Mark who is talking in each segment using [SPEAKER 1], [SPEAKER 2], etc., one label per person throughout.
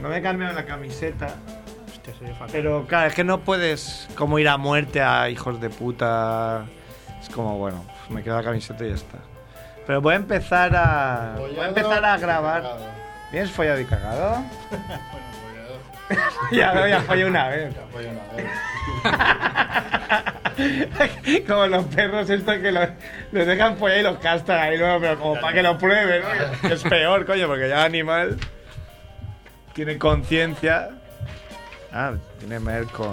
[SPEAKER 1] No me he cambiado la camiseta.
[SPEAKER 2] Hostia, se ve fatal.
[SPEAKER 1] Pero claro, es que no puedes como ir a muerte a hijos de puta. Es como, bueno, pues me queda la camiseta y ya está. Pero voy a empezar a. Voy a empezar a grabar. ¿Vienes follado y cagado? ya, no, ya follé una vez. como los perros estos que los, los dejan follar y los castan ahí luego, pero como para que lo prueben, ¿no? Que Es peor, coño, porque ya animal tiene conciencia. Ah, tiene mer con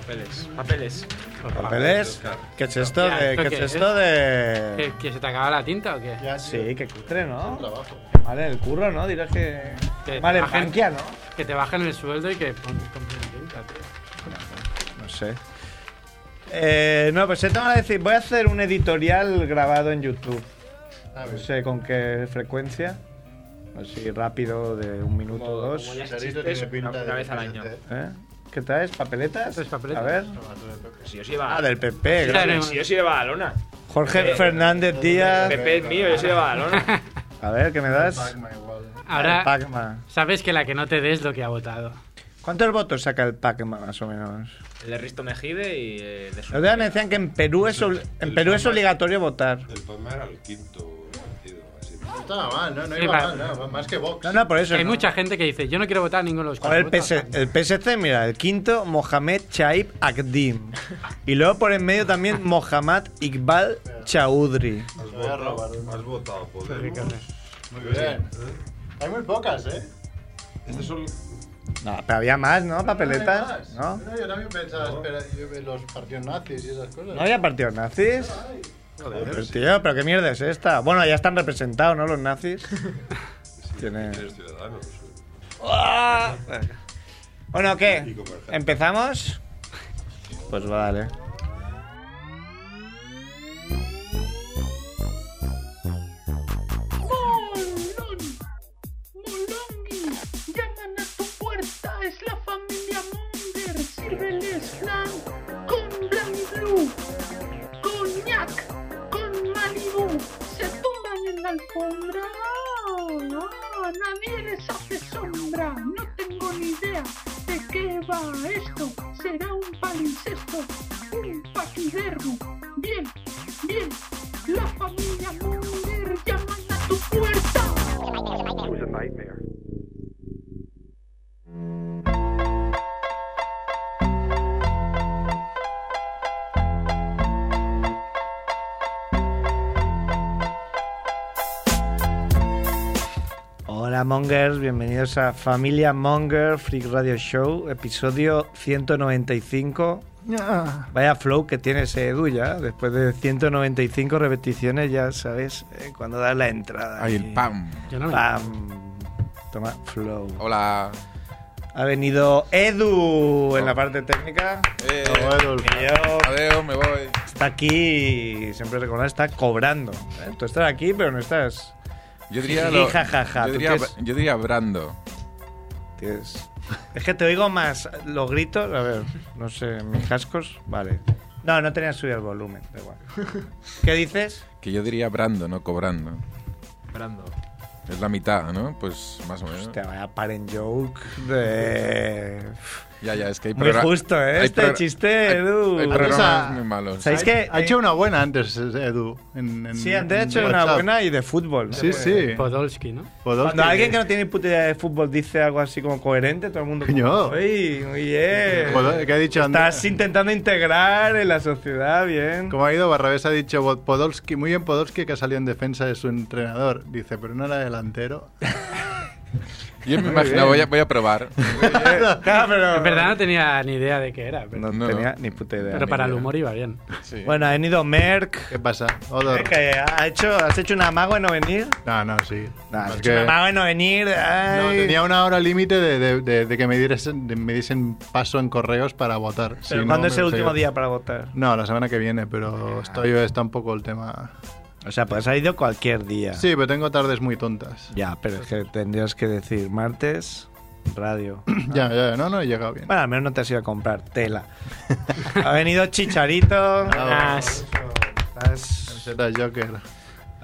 [SPEAKER 3] Papeles. Papeles.
[SPEAKER 1] papeles. ¿Qué es esto?
[SPEAKER 2] Ya,
[SPEAKER 1] De,
[SPEAKER 2] ¿esto
[SPEAKER 1] ¿Qué es
[SPEAKER 2] qué
[SPEAKER 1] esto de...?
[SPEAKER 2] ¿Que, que se te acaba la tinta o qué?
[SPEAKER 1] Sí, que cutre, ¿no?
[SPEAKER 4] Trabajo.
[SPEAKER 1] Vale, el curro, ¿no? Dirás que...
[SPEAKER 2] Que
[SPEAKER 1] Vale,
[SPEAKER 2] bajan.
[SPEAKER 1] franquia, ¿no?
[SPEAKER 2] Que te bajen el sueldo y que pon- compren tinta, tío.
[SPEAKER 1] No sé. Eh, no, pues esto van a decir, voy a hacer un editorial grabado en YouTube.
[SPEAKER 4] A
[SPEAKER 1] No
[SPEAKER 4] ver.
[SPEAKER 1] sé con qué frecuencia. Así rápido, de un minuto o dos.
[SPEAKER 3] como ya existe
[SPEAKER 4] Sarito tiene
[SPEAKER 3] eso,
[SPEAKER 4] pinta
[SPEAKER 3] una-
[SPEAKER 4] de
[SPEAKER 3] una vez al año.
[SPEAKER 4] presidente,
[SPEAKER 1] ¿Eh? ¿Qué traes? ¿Papeletas?
[SPEAKER 4] Pues
[SPEAKER 2] Tres papeletas.
[SPEAKER 1] A ver.
[SPEAKER 3] Si yo soy Badalona.
[SPEAKER 1] Ah, del PP.
[SPEAKER 2] Sí,
[SPEAKER 1] claro.
[SPEAKER 2] claro.
[SPEAKER 3] Si yo soy de Badalona.
[SPEAKER 1] Jorge
[SPEAKER 4] Eh,
[SPEAKER 3] Pepe.
[SPEAKER 1] Fernández Díaz.
[SPEAKER 3] Eh, Pepe es mío, yo soy de Badalona.
[SPEAKER 1] A ver, ¿qué me
[SPEAKER 4] ¿eh?
[SPEAKER 1] das?
[SPEAKER 4] Pac-Man igual.
[SPEAKER 1] El
[SPEAKER 2] Ahora
[SPEAKER 1] Pac-Man.
[SPEAKER 2] sabes que la que no te des lo que ha votado.
[SPEAKER 1] ¿Cuántos votos saca el Pac-Man, más o menos?
[SPEAKER 3] El de Risto Mejide y el de su-
[SPEAKER 1] Los días me decían que en Perú es, obli- en Perú es obligatorio votar.
[SPEAKER 5] El Palma era el quinto partido. Así.
[SPEAKER 4] No estaba mal, Ah, no, no
[SPEAKER 2] Sí,
[SPEAKER 4] iba
[SPEAKER 2] va.
[SPEAKER 4] mal, no, más que Vox.
[SPEAKER 1] No, no, por eso.
[SPEAKER 2] Hay
[SPEAKER 1] ¿no?
[SPEAKER 2] mucha gente que dice, yo no quiero votar a ninguno de los
[SPEAKER 1] Joder, el,
[SPEAKER 2] votan".
[SPEAKER 1] PS el PSC, mira, el quinto, Mohamed Chaib Akdim. Y luego por en medio también Mohamed Iqbal Chaudhry.
[SPEAKER 5] Has,
[SPEAKER 4] voy a robar
[SPEAKER 5] votado,
[SPEAKER 4] uno.
[SPEAKER 5] has votado
[SPEAKER 6] Pues,
[SPEAKER 5] Podemos.
[SPEAKER 2] Ricardo.
[SPEAKER 4] Muy bien. Hay muy pocas, ¿eh?
[SPEAKER 5] Este son
[SPEAKER 1] No, pero había más, ¿no? Papeletas,
[SPEAKER 4] No, hay
[SPEAKER 1] ¿no?
[SPEAKER 4] más. no yo también pensaba, espera, yo ve los partidos nazis y esas cosas.
[SPEAKER 1] ¿No había partidos nazis? Pero, tío, pero qué mierda es esta. Bueno, ya están representados, ¿no? Los nazis. Tiene-
[SPEAKER 5] líderes ciudadanos.
[SPEAKER 1] ¡Ah! Bueno, ¿qué?
[SPEAKER 5] Y convergencia.
[SPEAKER 1] ¿Empezamos? Pues vale.
[SPEAKER 7] Molón, Molongi, llaman a tu puerta, es la familia Munger, sírveles flan con Blanc Blue, coñac, con Malibu, se tumban en la alfombra, Ah, nadie les hace sombra, no tengo ni idea de qué va esto, será un palincesto, un paquidermo, bien, bien, la familia Munger llaman a tu puerta.
[SPEAKER 1] Hola Mongers, bienvenidos a Familia Monger Freak Radio Show, episodio 195.
[SPEAKER 2] Ah.
[SPEAKER 1] Vaya flow que tiene ese Edu ya, después de 195 repeticiones ya sabes eh, cuando das la entrada.
[SPEAKER 6] Ahí el
[SPEAKER 1] aquí.
[SPEAKER 6] pam.
[SPEAKER 2] Yo no me-
[SPEAKER 1] Pam. Toma, flow.
[SPEAKER 6] Hola.
[SPEAKER 1] Ha venido Edu en la parte técnica.
[SPEAKER 6] Eh,
[SPEAKER 1] Y yo-
[SPEAKER 6] adeo, me voy.
[SPEAKER 1] está aquí, siempre recordar, está cobrando. ¿eh? Tú estás aquí, pero no estás.
[SPEAKER 6] Yo diría
[SPEAKER 1] Jiji,
[SPEAKER 6] lo-
[SPEAKER 1] jajaja, ¿tú
[SPEAKER 6] yo diría,
[SPEAKER 1] crees?
[SPEAKER 6] yo diría Brando.
[SPEAKER 1] Tienes- Es que te oigo más los gritos. A ver, no sé, mis cascos. Vale. No, no tenía que subir el volumen, da igual. ¿Qué dices?
[SPEAKER 6] Que yo diría Brando, no cobrando. Es la mitad, ¿no? Pues más o menos.
[SPEAKER 1] Hostia, vaya parent joke de.
[SPEAKER 6] Ya, ya, es que hay
[SPEAKER 1] Muy
[SPEAKER 6] progra-
[SPEAKER 1] justo, ¿eh?
[SPEAKER 6] hay
[SPEAKER 1] Este
[SPEAKER 6] progra-
[SPEAKER 1] chiste,
[SPEAKER 6] hay-
[SPEAKER 1] Edu.
[SPEAKER 6] Hay
[SPEAKER 4] Esa-
[SPEAKER 6] programas muy malos.
[SPEAKER 1] ¿Sabéis que
[SPEAKER 4] Ha hecho una buena antes, Edu. En, en,
[SPEAKER 1] Sí, antes he
[SPEAKER 4] en
[SPEAKER 1] hecho una
[SPEAKER 4] WhatsApp.
[SPEAKER 1] buena y de fútbol. ¿no?
[SPEAKER 4] Sí, sí.
[SPEAKER 2] Podolski, ¿no?
[SPEAKER 4] Podolski.
[SPEAKER 1] Cuando alguien que no tiene ni puta idea de fútbol dice algo así como coherente, todo el mundo.
[SPEAKER 4] Coño.
[SPEAKER 1] ¡Uy, muy bien!
[SPEAKER 4] Podol- ¿Qué ha dicho
[SPEAKER 1] Estás
[SPEAKER 4] antes?
[SPEAKER 1] intentando integrar en la sociedad, bien.
[SPEAKER 4] Como ha ido, Barrabés ha dicho Bo- Podolski, muy bien Podolski que ha salido en defensa de su entrenador. Dice, pero no era delantero.
[SPEAKER 6] Yo me imagino, voy a, voy a probar.
[SPEAKER 1] Claro, pero-
[SPEAKER 2] En verdad no tenía ni idea de qué era, pero,
[SPEAKER 1] No,
[SPEAKER 6] No,
[SPEAKER 1] tenía
[SPEAKER 6] no.
[SPEAKER 1] ni puta idea.
[SPEAKER 2] pero
[SPEAKER 1] ni
[SPEAKER 2] para el
[SPEAKER 1] idea.
[SPEAKER 2] humor iba bien.
[SPEAKER 6] Sí.
[SPEAKER 1] Bueno, ha venido Merck.
[SPEAKER 4] ¿Qué pasa? Odor.
[SPEAKER 1] Eh, que ha hecho, ¿Has hecho un amago de no venir?
[SPEAKER 4] No, no, sí.
[SPEAKER 1] Nah, has
[SPEAKER 4] Es
[SPEAKER 1] hecho
[SPEAKER 4] que-
[SPEAKER 1] un amago de no venir. ay.
[SPEAKER 4] No, tenía una hora límite de, de- de- de que me diesen, de- me diesen paso en correos para votar. Si
[SPEAKER 1] Pero
[SPEAKER 4] no,
[SPEAKER 1] ¿Cuándo
[SPEAKER 4] me
[SPEAKER 1] es el último
[SPEAKER 4] feo.
[SPEAKER 1] día para votar?
[SPEAKER 4] No, la semana que viene, pero
[SPEAKER 6] Ah.
[SPEAKER 4] estoy, está un poco el tema.
[SPEAKER 1] O sea, pues puedes haber ido cualquier día.
[SPEAKER 4] Sí, pero tengo tardes muy tontas.
[SPEAKER 1] Ya, pero es que tendrías que decir martes, radio.
[SPEAKER 4] Ah. Ya, ya, no, no, he llegado bien.
[SPEAKER 1] Bueno, al menos no te has ido a comprar tela. ha venido Chicharito.
[SPEAKER 4] Bravo.
[SPEAKER 1] Estás-
[SPEAKER 4] Camiseta Joker.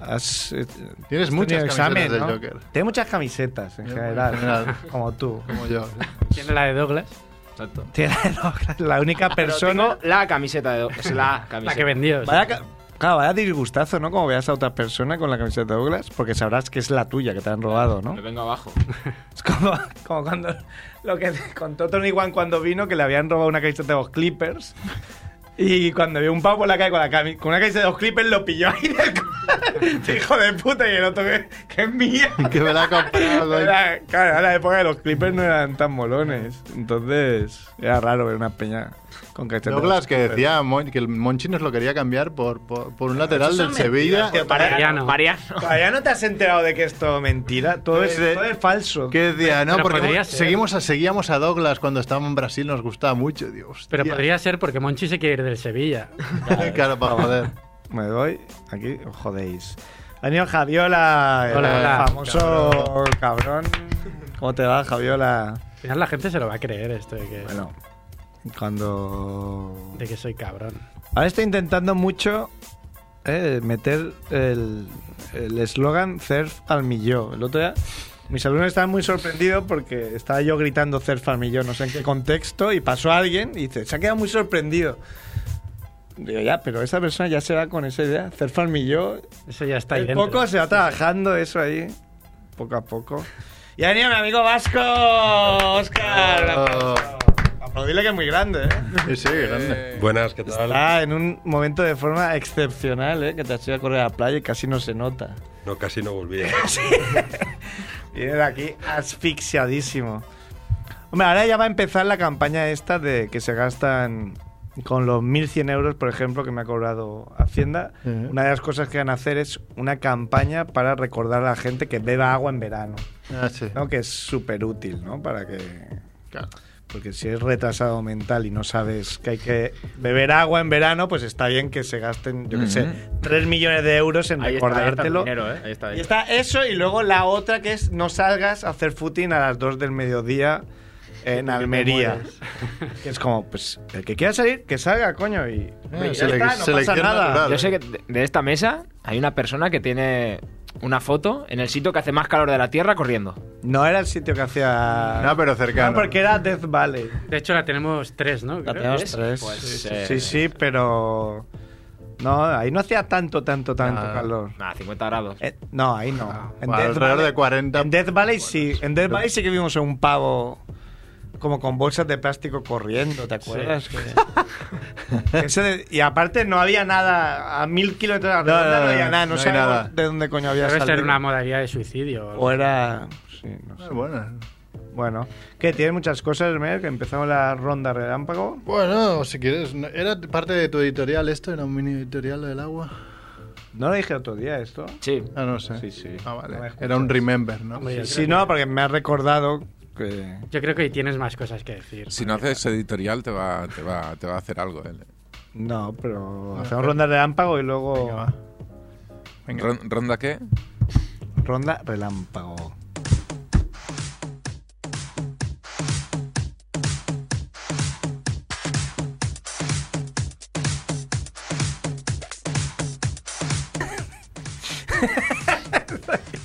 [SPEAKER 1] Has, eh,
[SPEAKER 4] Tienes
[SPEAKER 1] has
[SPEAKER 4] muchas
[SPEAKER 1] tenido
[SPEAKER 4] camisetas del Joker.
[SPEAKER 1] Tengo muchas camisetas en
[SPEAKER 4] Yo,
[SPEAKER 1] general,
[SPEAKER 4] en general.
[SPEAKER 1] como tú.
[SPEAKER 4] Como yo.
[SPEAKER 2] Tiene la de Douglas,
[SPEAKER 3] Exacto.
[SPEAKER 1] Tiene la- la única persona.
[SPEAKER 3] Persona. La camiseta de. Es la camiseta.
[SPEAKER 2] la que vendió. o sea.
[SPEAKER 1] Vaya ca- claro, vaya disgustazo, ¿no? Como veas a otra persona con la camiseta de Douglas, porque sabrás que es la tuya que te han robado, ¿no?
[SPEAKER 3] Me vengo abajo.
[SPEAKER 1] Es como, como cuando lo que contó Tony Juan cuando vino, que le habían robado una camiseta de los Clippers. Y cuando vio un pavo por la calle con, la cami- con una camiseta de los Clippers, lo pilló ahí del co- Hijo de puta, y el otro que, que es mía.
[SPEAKER 4] que me la he comprado.
[SPEAKER 1] Era- claro, a la época de los Clippers no eran tan molones. Entonces, era raro ver una peña con camiseta de los
[SPEAKER 4] Douglas que
[SPEAKER 1] Clippers.
[SPEAKER 4] decía Mon- que el Monchi nos lo quería cambiar por, por,
[SPEAKER 2] Ah,
[SPEAKER 4] por un lateral del Sevilla.
[SPEAKER 1] tío, para-
[SPEAKER 2] Mariano.
[SPEAKER 1] Todavía no te has enterado de que es todo mentira. Todo es,
[SPEAKER 4] Desde-
[SPEAKER 1] todo es falso.
[SPEAKER 4] Que decía, no,
[SPEAKER 2] Pero
[SPEAKER 4] porque
[SPEAKER 2] podría
[SPEAKER 4] hemos-
[SPEAKER 2] ser.
[SPEAKER 4] seguimos a, seguíamos a Douglas cuando estábamos en Brasil, nos gustaba mucho, Dios.
[SPEAKER 2] Pero podría ser porque Monchi se quiere ir del Sevilla.
[SPEAKER 4] Claro, para joder.
[SPEAKER 1] Me doy. Aquí os jodéis. Daniel Javiola, el
[SPEAKER 2] Hola, hola.
[SPEAKER 1] famoso cabrón. ¿Cómo te va, Javiola?
[SPEAKER 2] Al final la gente se lo va a creer esto de que,
[SPEAKER 1] Bueno, cuando.
[SPEAKER 2] de que soy cabrón.
[SPEAKER 1] Ahora estoy intentando mucho eh, meter el el eslogan surf al millón. El otro día mis alumnos estaban muy sorprendidos porque estaba yo gritando surf al millón, no sé en qué contexto, y pasó alguien y dice, se ha quedado muy sorprendido. Digo, ya, pero esa persona ya se va con esa idea, surf al millón.
[SPEAKER 2] Eso ya está ahí
[SPEAKER 1] El
[SPEAKER 2] dentro.
[SPEAKER 1] poco se va trabajando eso ahí, poco a poco. Y ha venido mi amigo Vasco, Oscar.
[SPEAKER 4] Oh.
[SPEAKER 1] Aplaudirle que es muy grande, ¿eh?
[SPEAKER 4] Sí, sí, grande.
[SPEAKER 5] Buenas, ¿qué tal?
[SPEAKER 1] Está en un momento de forma excepcional, ¿eh? Que te has ido a correr a la playa y casi no se nota.
[SPEAKER 5] No, casi no volví.
[SPEAKER 1] Viene de aquí asfixiadísimo. Hombre, ahora ya va a empezar la campaña esta de que se gastan con los 1.100 euros, por ejemplo, que me ha cobrado Hacienda.
[SPEAKER 4] Ujú.
[SPEAKER 1] Una de las cosas que van a hacer es una campaña para recordar a la gente que beba agua en verano,
[SPEAKER 4] Ah, sí.
[SPEAKER 1] ¿no? Que es súper útil, ¿no? Para que...
[SPEAKER 4] Claro.
[SPEAKER 1] Porque si eres retrasado mental y no sabes que hay que beber agua en verano, pues está bien que se gasten, yo qué sé,
[SPEAKER 6] Ujú.
[SPEAKER 1] 3 millones de euros en
[SPEAKER 3] Ahí está, ahí está el
[SPEAKER 1] recordártelo.
[SPEAKER 3] dinero, ¿eh? Ahí está. ahí
[SPEAKER 1] Y
[SPEAKER 3] está.
[SPEAKER 1] está eso y luego la otra que es no salgas a hacer footing a las 2 del mediodía en Almería. Que es como, pues, el que quiera salir, que salga, coño. Y
[SPEAKER 4] Eh,
[SPEAKER 1] Ya
[SPEAKER 4] sele-
[SPEAKER 1] está, no pasa
[SPEAKER 4] selección
[SPEAKER 1] nada.
[SPEAKER 4] natural.
[SPEAKER 3] Yo sé que de- de esta mesa hay una persona que tiene una foto en el sitio que hace más calor de la Tierra corriendo.
[SPEAKER 1] No era el sitio que hacía...
[SPEAKER 4] No, pero cercano.
[SPEAKER 1] No, porque era Death Valley.
[SPEAKER 2] De hecho, la tenemos tres, ¿no?
[SPEAKER 1] La
[SPEAKER 2] Creo.
[SPEAKER 1] tenemos
[SPEAKER 3] ¿ves?
[SPEAKER 1] tres.
[SPEAKER 3] Pues,
[SPEAKER 1] sí,
[SPEAKER 3] eh,
[SPEAKER 1] sí, sí, pero... No, ahí no hacía tanto, tanto, tanto
[SPEAKER 4] Nada.
[SPEAKER 1] calor.
[SPEAKER 3] Ah, Nada, 50 grados.
[SPEAKER 1] Eh, no, ahí no. En Death,
[SPEAKER 4] Ah, alrededor
[SPEAKER 1] Valley,
[SPEAKER 4] de 40.
[SPEAKER 1] en Death Valley sí. En Death Valley sí que vimos a un pavo como con bolsas de plástico corriendo, ¿te acuerdas? Que- que se de- y aparte no había nada a mil kilómetros de la
[SPEAKER 4] No,
[SPEAKER 1] redonda,
[SPEAKER 4] no,
[SPEAKER 1] no,
[SPEAKER 4] no,
[SPEAKER 1] había nada. No,
[SPEAKER 4] no hay
[SPEAKER 1] sabemos
[SPEAKER 4] nada.
[SPEAKER 1] de dónde coño había
[SPEAKER 2] Debe
[SPEAKER 1] salido.
[SPEAKER 2] ser una modalidad de suicidio. o algo.
[SPEAKER 1] O era... sí, no sé.
[SPEAKER 4] Ah, Bueno.
[SPEAKER 1] Bueno, que tiene muchas cosas, Mer, que empezamos la ronda relámpago.
[SPEAKER 4] Bueno, si quieres. no- ¿Era parte de tu editorial esto? ¿Era un mini editorial lo del agua?
[SPEAKER 1] No lo dije otro día esto.
[SPEAKER 3] Sí.
[SPEAKER 4] Ah, no sé.
[SPEAKER 1] Sí, sí.
[SPEAKER 4] Ah,
[SPEAKER 1] No me
[SPEAKER 4] vale.
[SPEAKER 1] escuchas.
[SPEAKER 4] Era un remember, ¿no?
[SPEAKER 2] Hombre, yo
[SPEAKER 1] Sí,
[SPEAKER 2] creo
[SPEAKER 1] no, porque me ha recordado que...
[SPEAKER 2] que- Yo creo que ahí tienes más cosas que decir.
[SPEAKER 6] Si no haces editorial, te va, te va, te va a hacer algo. ¿eh?
[SPEAKER 1] No, pero hacemos ronda relámpago y luego...
[SPEAKER 4] Venga, va. Venga.
[SPEAKER 6] Ron- ¿Ronda qué?
[SPEAKER 1] Ronda relámpago.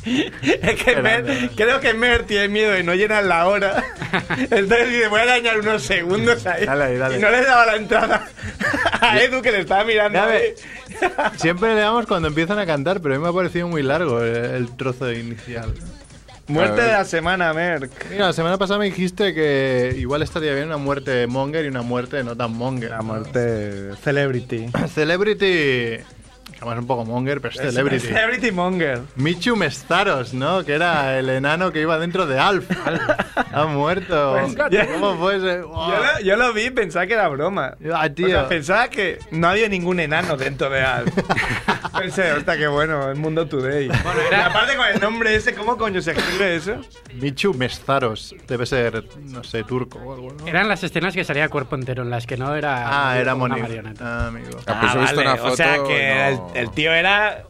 [SPEAKER 1] Es que Mer, creo que Mer tiene miedo y no llena la hora. Entonces dice, voy a dañar unos segundos ahí.
[SPEAKER 4] Dale ahí, dale.
[SPEAKER 1] Y no le daba la entrada a Edu que le estaba mirando.
[SPEAKER 4] Dame.
[SPEAKER 1] ahí.
[SPEAKER 4] Siempre le damos cuando empiezan a cantar, pero a mí me ha parecido muy largo el, el trozo inicial.
[SPEAKER 1] Muerte
[SPEAKER 6] A ver.
[SPEAKER 1] de la semana, Merck.
[SPEAKER 4] Mira, la semana pasada me dijiste que igual estaría bien una muerte monger y una muerte no tan monger.
[SPEAKER 1] La
[SPEAKER 4] ¿no?
[SPEAKER 1] muerte celebrity.
[SPEAKER 4] Celebrity. que Además es un poco monger, pero es celebrity.
[SPEAKER 1] Celebrity Monger.
[SPEAKER 4] Michu Mestaros, ¿no? Que era el enano que iba dentro de Alf. ha muerto.
[SPEAKER 1] Pues, ya-
[SPEAKER 4] ¿Cómo puede ser? Wow.
[SPEAKER 1] Yo lo, yo lo vi y pensaba que era broma.
[SPEAKER 4] Ah,
[SPEAKER 1] O
[SPEAKER 4] tío.
[SPEAKER 1] sea, pensaba que no había ningún enano dentro de Alf. Pues, Pensé, hostia, qué bueno, el mundo today. Y aparte con el nombre ese, ¿cómo coño se escribe eso?
[SPEAKER 4] Michu Mestaros. Debe ser, no sé, turco o algo, ¿no?
[SPEAKER 2] Eran las escenas que salía cuerpo entero, en las que no era.
[SPEAKER 4] Ah, era
[SPEAKER 2] una
[SPEAKER 4] Moni.
[SPEAKER 2] marioneta.
[SPEAKER 4] Ah, amigo.
[SPEAKER 6] Ah, pues he visto una foto,
[SPEAKER 1] o sea que
[SPEAKER 6] no.
[SPEAKER 1] el, el tío era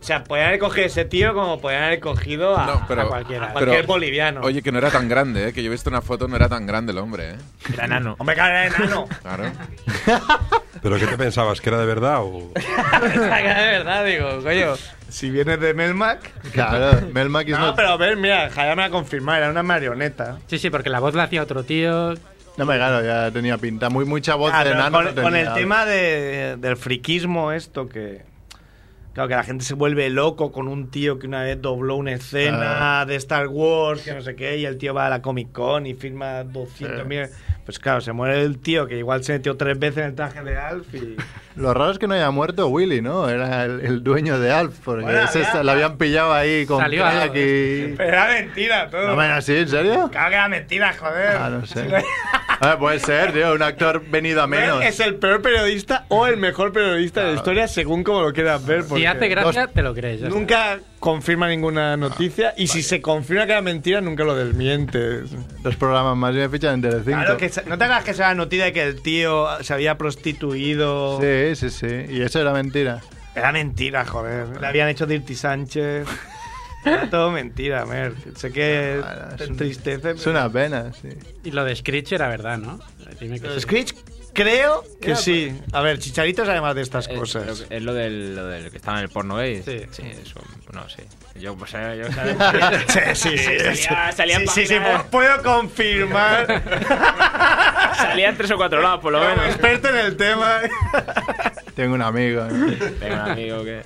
[SPEAKER 1] sea, podían haber cogido ese tío como podían haber cogido a,
[SPEAKER 6] No, pero-
[SPEAKER 2] a cualquiera.
[SPEAKER 1] a cualquier boliviano.
[SPEAKER 6] Oye, que no era tan grande, ¿eh? que yo he visto una foto, no era tan grande el hombre, ¿eh? Ah.
[SPEAKER 3] Era enano.
[SPEAKER 1] Hombre, cara de enano.
[SPEAKER 6] Claro.
[SPEAKER 5] ¿Pero qué te pensabas? ¿Que era de verdad o...?
[SPEAKER 1] cara de verdad, digo, coño.
[SPEAKER 4] Si vienes de Melmac. Claro, Melmac es
[SPEAKER 1] No,
[SPEAKER 4] not-
[SPEAKER 1] pero a ver, mira, Javier me ha confirmado, era una marioneta.
[SPEAKER 2] Sí, sí, porque la voz la hacía otro tío.
[SPEAKER 4] No me gano, ya tenía pinta. Muy mucha voz
[SPEAKER 1] Ah,
[SPEAKER 4] de
[SPEAKER 1] pero
[SPEAKER 4] enano.
[SPEAKER 1] con,
[SPEAKER 4] no
[SPEAKER 1] con el
[SPEAKER 4] tenía.
[SPEAKER 1] tema de- del friquismo esto que... Claro, que la gente se vuelve loco con un tío que una vez dobló una escena de Star Wars, que no sé qué, y el tío va a la Comic Con y firma 200 mil... Pues claro, se muere el tío que igual se metió tres veces en el traje de Alf y...
[SPEAKER 4] Lo raro es que no haya muerto Willy, ¿no? Era el, el dueño de Alf, porque
[SPEAKER 1] Bueno,
[SPEAKER 4] ese
[SPEAKER 1] había-
[SPEAKER 4] se- lo habían pillado ahí con
[SPEAKER 2] Salió
[SPEAKER 4] crack
[SPEAKER 2] algo,
[SPEAKER 4] y...
[SPEAKER 1] Pero era mentira todo.
[SPEAKER 4] No, bueno, ¿sí? ¿En serio?
[SPEAKER 1] Claro que era mentira, joder.
[SPEAKER 4] Ah, no sé.
[SPEAKER 1] Si no-
[SPEAKER 4] Ah, puede ser, tío, un actor venido a menos.
[SPEAKER 1] Es el peor periodista o el mejor periodista de la historia, según como lo quieras ver.
[SPEAKER 2] Si
[SPEAKER 1] porque
[SPEAKER 2] hace gracia,
[SPEAKER 4] dos-
[SPEAKER 2] te lo crees. ya está.
[SPEAKER 1] Nunca confirma ninguna
[SPEAKER 4] Ah,
[SPEAKER 1] noticia y si se confirma que era mentira, nunca lo desmiente.
[SPEAKER 4] Los programas más bien fichan en Telecinco.
[SPEAKER 1] Claro, que se- no te hagas que sea la noticia de que el tío se había prostituido.
[SPEAKER 4] Sí, sí, sí. Y eso era mentira.
[SPEAKER 1] Era mentira, joder. Le habían hecho Dirty Sánchez. Era todo mentira, Mer. Sé que
[SPEAKER 4] Ah,
[SPEAKER 1] te
[SPEAKER 4] es un-
[SPEAKER 1] entristece.
[SPEAKER 4] Es una pena, sí.
[SPEAKER 2] Y lo de Screech era verdad, ¿no?
[SPEAKER 1] Ah,
[SPEAKER 2] Dime que
[SPEAKER 1] pero-
[SPEAKER 2] sí.
[SPEAKER 1] Screech, creo que sí.
[SPEAKER 4] pues-
[SPEAKER 1] A ver, Chicharitos además de
[SPEAKER 2] Eh,
[SPEAKER 1] estas
[SPEAKER 3] Es,
[SPEAKER 1] cosas.
[SPEAKER 3] lo que- es lo, del, lo del que estaba en el porno gay.
[SPEAKER 2] Sí.
[SPEAKER 3] eso, no sé. Yo, pues, eh, yo sabía-
[SPEAKER 1] sí, sí,
[SPEAKER 3] Salía- salía
[SPEAKER 1] sí, sí, sí,
[SPEAKER 3] páginas-
[SPEAKER 1] pu- puedo confirmar.
[SPEAKER 3] salía en tres o cuatro lados, por lo
[SPEAKER 1] Como
[SPEAKER 3] menos.
[SPEAKER 1] experto en el tema.
[SPEAKER 4] Tengo un amigo. ¿no?
[SPEAKER 3] Tengo un amigo que...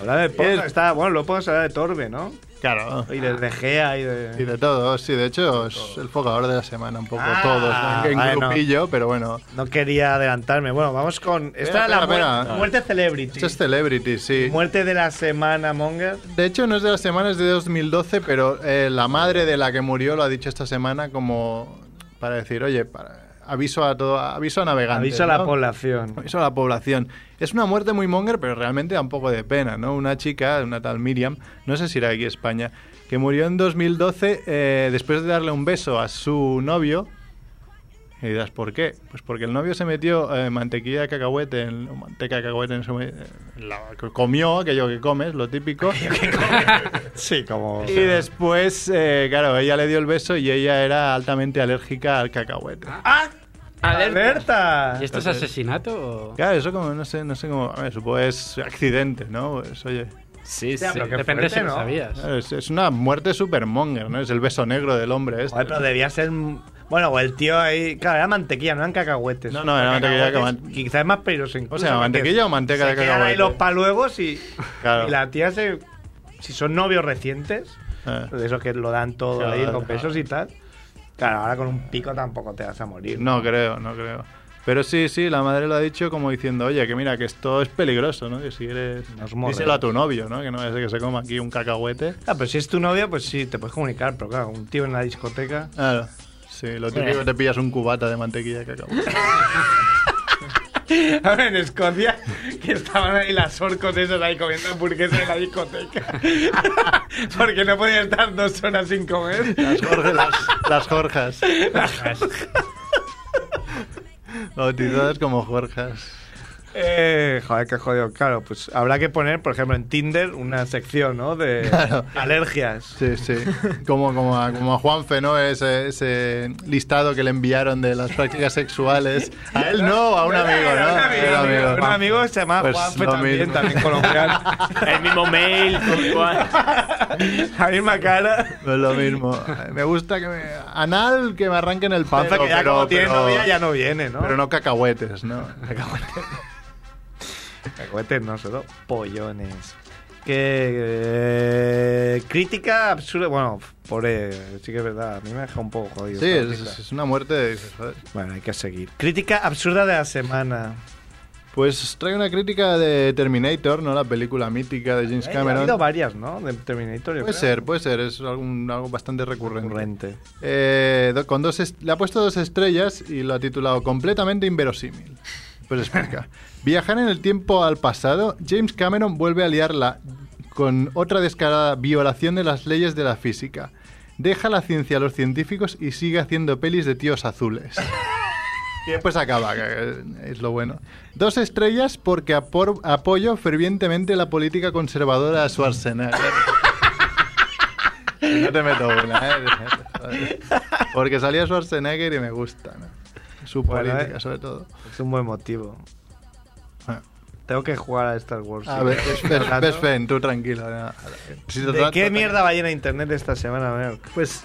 [SPEAKER 1] Hablar de porno está, bueno, lo podemos hablar de Torbe, ¿no?
[SPEAKER 4] Claro.
[SPEAKER 1] Y de, de Gea y
[SPEAKER 4] Y
[SPEAKER 1] de...
[SPEAKER 4] de todo, sí. De hecho, es el focador de la semana, un poco
[SPEAKER 1] Ah,
[SPEAKER 4] todos. ¿no? En
[SPEAKER 1] bueno.
[SPEAKER 4] grupillo, pero bueno.
[SPEAKER 1] No quería adelantarme. Bueno, vamos con... Esta
[SPEAKER 4] Espera,
[SPEAKER 1] era la
[SPEAKER 4] espera,
[SPEAKER 1] muer-
[SPEAKER 4] espera.
[SPEAKER 1] muerte celebrity.
[SPEAKER 4] Esto es celebrity, sí.
[SPEAKER 1] Muerte de la semana, Monger.
[SPEAKER 4] De hecho, no es de las semanas de 2012, pero eh, la madre de la que murió lo ha dicho esta semana como para decir, oye, para- aviso a todo, aviso a navegantes.
[SPEAKER 1] Aviso a la
[SPEAKER 4] ¿no?
[SPEAKER 1] población.
[SPEAKER 4] Aviso a la población. Es una muerte muy monger, pero realmente da un poco de pena, ¿no? Una chica, una tal Miriam, no sé si era aquí en España, que murió en 2012 eh, después de darle un beso a su novio. Y dirás, ¿por qué? Pues porque el novio se metió eh, mantequilla de cacahuete, en, o manteca de cacahuete en su... eh, la- comió aquello que comes, lo típico.
[SPEAKER 1] Sí, como...
[SPEAKER 4] Y después, eh, claro, ella le dio el beso y ella era altamente alérgica al cacahuete.
[SPEAKER 1] ¡Ah! ¡Alerta!
[SPEAKER 2] ¿Y esto es asesinato o.?
[SPEAKER 4] Claro, eso como, no sé, no sé cómo, a ver, supongo es accidente, ¿no? Pues oye,
[SPEAKER 3] Sí, sí.
[SPEAKER 1] Ya, pero qué
[SPEAKER 2] Depende si
[SPEAKER 1] fuerte,
[SPEAKER 2] lo
[SPEAKER 1] ¿no?
[SPEAKER 2] sabías.
[SPEAKER 4] claro, es, es una muerte supermonger, ¿no? Es el beso negro del hombre este.
[SPEAKER 1] Joder, pero debía ser... Bueno, o el tío ahí... Claro, era mantequilla, no eran cacahuetes.
[SPEAKER 4] No, no, era mantequilla que man-
[SPEAKER 1] Quizás es más peligroso incluso.
[SPEAKER 4] sea, mantequilla
[SPEAKER 1] porque
[SPEAKER 4] o manteca
[SPEAKER 1] se
[SPEAKER 4] de
[SPEAKER 1] quedan ahí
[SPEAKER 4] cacahuete.
[SPEAKER 1] los paluegos y,
[SPEAKER 4] Claro.
[SPEAKER 1] y la tía se... Si son novios recientes,
[SPEAKER 4] Eh.
[SPEAKER 1] de esos que lo dan todo
[SPEAKER 4] Claro,
[SPEAKER 1] ahí, los
[SPEAKER 4] claro.
[SPEAKER 1] besos y tal. Claro, ahora con un pico tampoco te vas a morir.
[SPEAKER 4] No creo, no creo. Pero sí, sí, la madre lo ha dicho como diciendo, oye, que mira, que esto es peligroso, ¿no? Que si eres...
[SPEAKER 1] Nos mola.
[SPEAKER 4] Díselo a tu novio, ¿no? Que no es que se coma aquí un cacahuete.
[SPEAKER 1] Ah, pero si es tu novia, pues sí, te puedes comunicar, pero claro, un tío en la discoteca.
[SPEAKER 4] Claro. Sí, lo típico que te pillas un cubata de mantequilla de cacahuete.
[SPEAKER 1] A ver, en Escocia, que estaban ahí las orcos esas ahí comiendo hamburguesas en la discoteca. Porque no podía estar dos horas sin comer.
[SPEAKER 4] Las, Jorge, las, las Jorjas. Bautizadas como Jorjas.
[SPEAKER 1] Eh, joder, qué jodido. Claro, pues habrá que poner, por ejemplo, en Tinder una sección, ¿no? De alergias.
[SPEAKER 4] Sí, sí. Como, como, a, como a Juanfe, ¿no? Ese, ese listado que le enviaron de las prácticas sexuales. A él no, a un amigo,
[SPEAKER 1] Era
[SPEAKER 4] ¿no?
[SPEAKER 1] Un
[SPEAKER 4] Era
[SPEAKER 1] amigo, un amigo que se llamaba
[SPEAKER 4] Pues
[SPEAKER 1] Juanfe
[SPEAKER 4] lo
[SPEAKER 1] también,
[SPEAKER 4] mismo.
[SPEAKER 1] también colombiano.
[SPEAKER 3] El mismo mail, con igual.
[SPEAKER 1] La misma cara.
[SPEAKER 4] No es Pues lo mismo. Me gusta que me... Anal, que me arranquen el pelo.
[SPEAKER 1] Juanfe que ya
[SPEAKER 4] pero-
[SPEAKER 1] como tiene
[SPEAKER 4] pero-
[SPEAKER 1] novia ya no viene, ¿no?
[SPEAKER 4] Pero no cacahuetes, ¿no?
[SPEAKER 1] Cacahuetes no, solo pollones. Que eh, crítica absurda. Bueno, pobre, sí que es verdad. A mí me deja un poco jodido.
[SPEAKER 4] Sí,
[SPEAKER 1] esta
[SPEAKER 4] es,
[SPEAKER 1] noticia.
[SPEAKER 4] es una muerte de... dices, joder.
[SPEAKER 1] Bueno, hay que seguir. Crítica absurda de la semana.
[SPEAKER 4] Pues traigo una crítica de Terminator, ¿no? La película mítica de James
[SPEAKER 1] Eh, Ha habido
[SPEAKER 4] Cameron.
[SPEAKER 1] varias, ¿no? De Terminator. yo
[SPEAKER 4] Puede
[SPEAKER 1] creo.
[SPEAKER 4] ser, puede ser. Es algún- algo bastante recurrente.
[SPEAKER 1] Recurrente.
[SPEAKER 4] Eh, do- con dos est- le ha puesto dos estrellas y lo ha titulado completamente inverosímil. Pues explica. Viajar en el tiempo al pasado, James Cameron vuelve a liarla con otra descarada violación de las leyes de la física. Deja la ciencia a los científicos y sigue haciendo pelis de tíos azules. Y después acaba, que es lo bueno. Dos estrellas porque apor- apoyo fervientemente la política conservadora a Schwarzenegger. No te meto una, ¿eh? Porque salía Schwarzenegger y me gusta, ¿no? Su
[SPEAKER 1] Bueno,
[SPEAKER 4] política,
[SPEAKER 1] ¿eh?
[SPEAKER 4] sobre todo.
[SPEAKER 1] Es un buen motivo.
[SPEAKER 4] Ah.
[SPEAKER 1] Tengo que jugar a Star Wars.
[SPEAKER 4] A
[SPEAKER 1] sí.
[SPEAKER 4] ver,
[SPEAKER 1] Rato.
[SPEAKER 4] ves Fen, tú tranquilo. ¿no? Si te
[SPEAKER 1] ¿De
[SPEAKER 4] trato-
[SPEAKER 1] qué mierda va llena internet esta semana, Merck?
[SPEAKER 4] Pues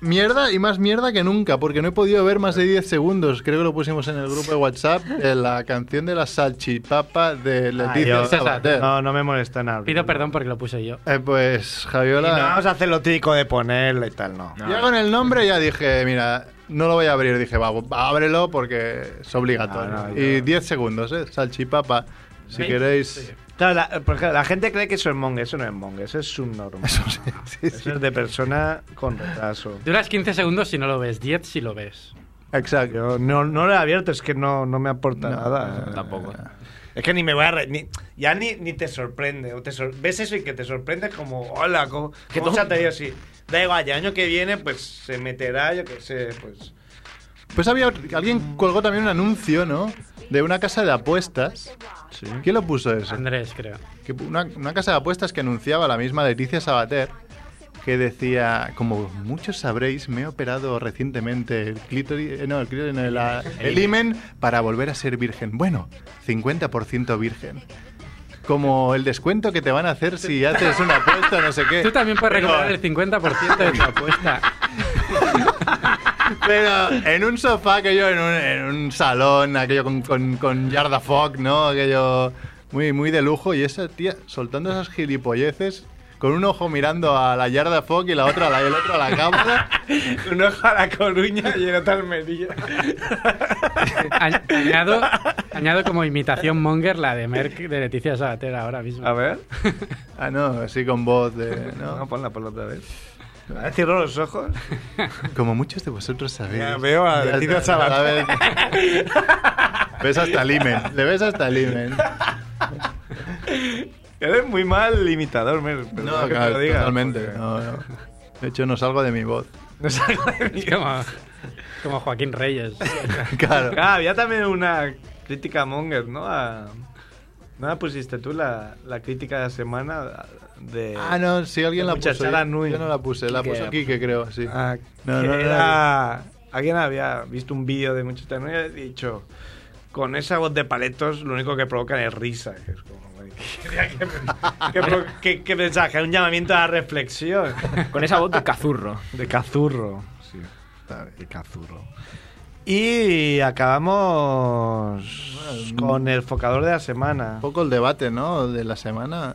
[SPEAKER 4] mierda y más mierda que nunca, porque no he podido ver más de 10 segundos. Creo que lo pusimos en el grupo de WhatsApp, de la canción de la salchipapa de Leticia
[SPEAKER 1] Ah, yo-
[SPEAKER 4] Sabater.
[SPEAKER 1] No, no me molesta nada.
[SPEAKER 2] Pido perdón porque lo puse yo.
[SPEAKER 4] Eh, pues
[SPEAKER 1] Y no
[SPEAKER 4] Javiola,
[SPEAKER 1] vamos a hacer lo típico de ponerla y tal, no.
[SPEAKER 4] ya con el nombre ya dije, mira, no lo voy a abrir. Dije, va, ábrelo porque es obligatorio.
[SPEAKER 1] No, no,
[SPEAKER 4] y
[SPEAKER 1] yo-
[SPEAKER 4] 10 segundos, ¿eh? Salchipapa. Si
[SPEAKER 2] Sí.
[SPEAKER 4] queréis...
[SPEAKER 1] Claro, la, por ejemplo, la gente cree que eso es monge, eso no es monge, eso es subnormal. Eso, es de persona con retraso.
[SPEAKER 2] Duras 15 segundos si no lo ves, 10 si lo ves.
[SPEAKER 4] Exacto.
[SPEAKER 1] Yo no, no lo he abierto, es que no, no me aporta
[SPEAKER 4] No,
[SPEAKER 1] nada. Eh,
[SPEAKER 4] no, tampoco.
[SPEAKER 1] Es que ni me voy a. re- ni- ya ni, ni te sorprende. O te sor- ves eso y que te sorprende como, hola, ¿cómo, cómo se ha traído así? Da igual, el año que viene, pues se meterá, yo qué sé, pues.
[SPEAKER 4] Pues había... otro- Alguien colgó también un anuncio, ¿no? De una casa de apuestas. ¿Quién lo puso eso?
[SPEAKER 2] Andrés, creo.
[SPEAKER 4] que una, una casa de apuestas que anunciaba la misma Leticia Sabater, que decía, como muchos sabréis, me he operado recientemente el clítoris, eh, no, el clítoris, no, la- el himen para volver a ser virgen. Bueno, 50% virgen. Como el descuento que te van a hacer si haces una apuesta, no sé qué.
[SPEAKER 2] Tú también puedes
[SPEAKER 4] Pero-
[SPEAKER 2] recuperar el 50% de tu apuesta.
[SPEAKER 4] Pero en un sofá, aquello, en un, en un salón, aquello con, con, con yarda fog, ¿no? Aquello muy, muy de lujo. Y esa tía soltando esas gilipolleces, con un ojo mirando a la yarda fog y la otra, a la, el otro a la cámara.
[SPEAKER 1] Un ojo a la coruña y el otro al Almería.
[SPEAKER 2] A- añado, añado como imitación monger la de Merck de Leticia Sabater ahora mismo.
[SPEAKER 1] A ver,
[SPEAKER 4] Ah, no, así con voz de... ¿no?
[SPEAKER 1] no, ponla, ponla otra vez. Ah, Cierro los ojos.
[SPEAKER 4] Como muchos de vosotros sabéis.
[SPEAKER 1] Ya veo a
[SPEAKER 4] Ya
[SPEAKER 1] Leticia
[SPEAKER 4] está,
[SPEAKER 1] Sabater.
[SPEAKER 4] a ver. Ves hasta el imen, le ves hasta el imen.
[SPEAKER 1] Eres muy mal imitador, Mer. perdona
[SPEAKER 4] No,
[SPEAKER 1] que te
[SPEAKER 4] claro,
[SPEAKER 1] lo diga,
[SPEAKER 4] totalmente.
[SPEAKER 1] porque-
[SPEAKER 4] no, no. De hecho, no salgo de mi voz.
[SPEAKER 1] No salgo de mí.
[SPEAKER 2] Es como, como Joaquín Reyes.
[SPEAKER 4] Claro.
[SPEAKER 1] Ah, había también una crítica a Monger, ¿no? A- ¿No la pusiste tú la, la crítica de la semana de...
[SPEAKER 4] Ah, no, si alguien la puso.
[SPEAKER 1] Muchachada
[SPEAKER 4] Yo,
[SPEAKER 1] Nui.
[SPEAKER 4] yo no la puse, la
[SPEAKER 3] Quique,
[SPEAKER 4] puso
[SPEAKER 3] la
[SPEAKER 4] Quique, creo, sí.
[SPEAKER 1] Ah,
[SPEAKER 4] No,
[SPEAKER 1] que
[SPEAKER 4] no, no la
[SPEAKER 1] era- Alguien había visto un vídeo de mucho tiempo y había dicho, con esa voz de paletos lo único que provocan es risa. Que es como, "Ay, ¿qué- qué- qué pro- qué- qué mensaje? Un llamamiento a la reflexión.
[SPEAKER 3] Con esa voz de cazurro.
[SPEAKER 1] De cazurro. Sí, de cazurro. Y acabamos con el focador de la semana.
[SPEAKER 4] Un poco el debate, ¿no? De la semana.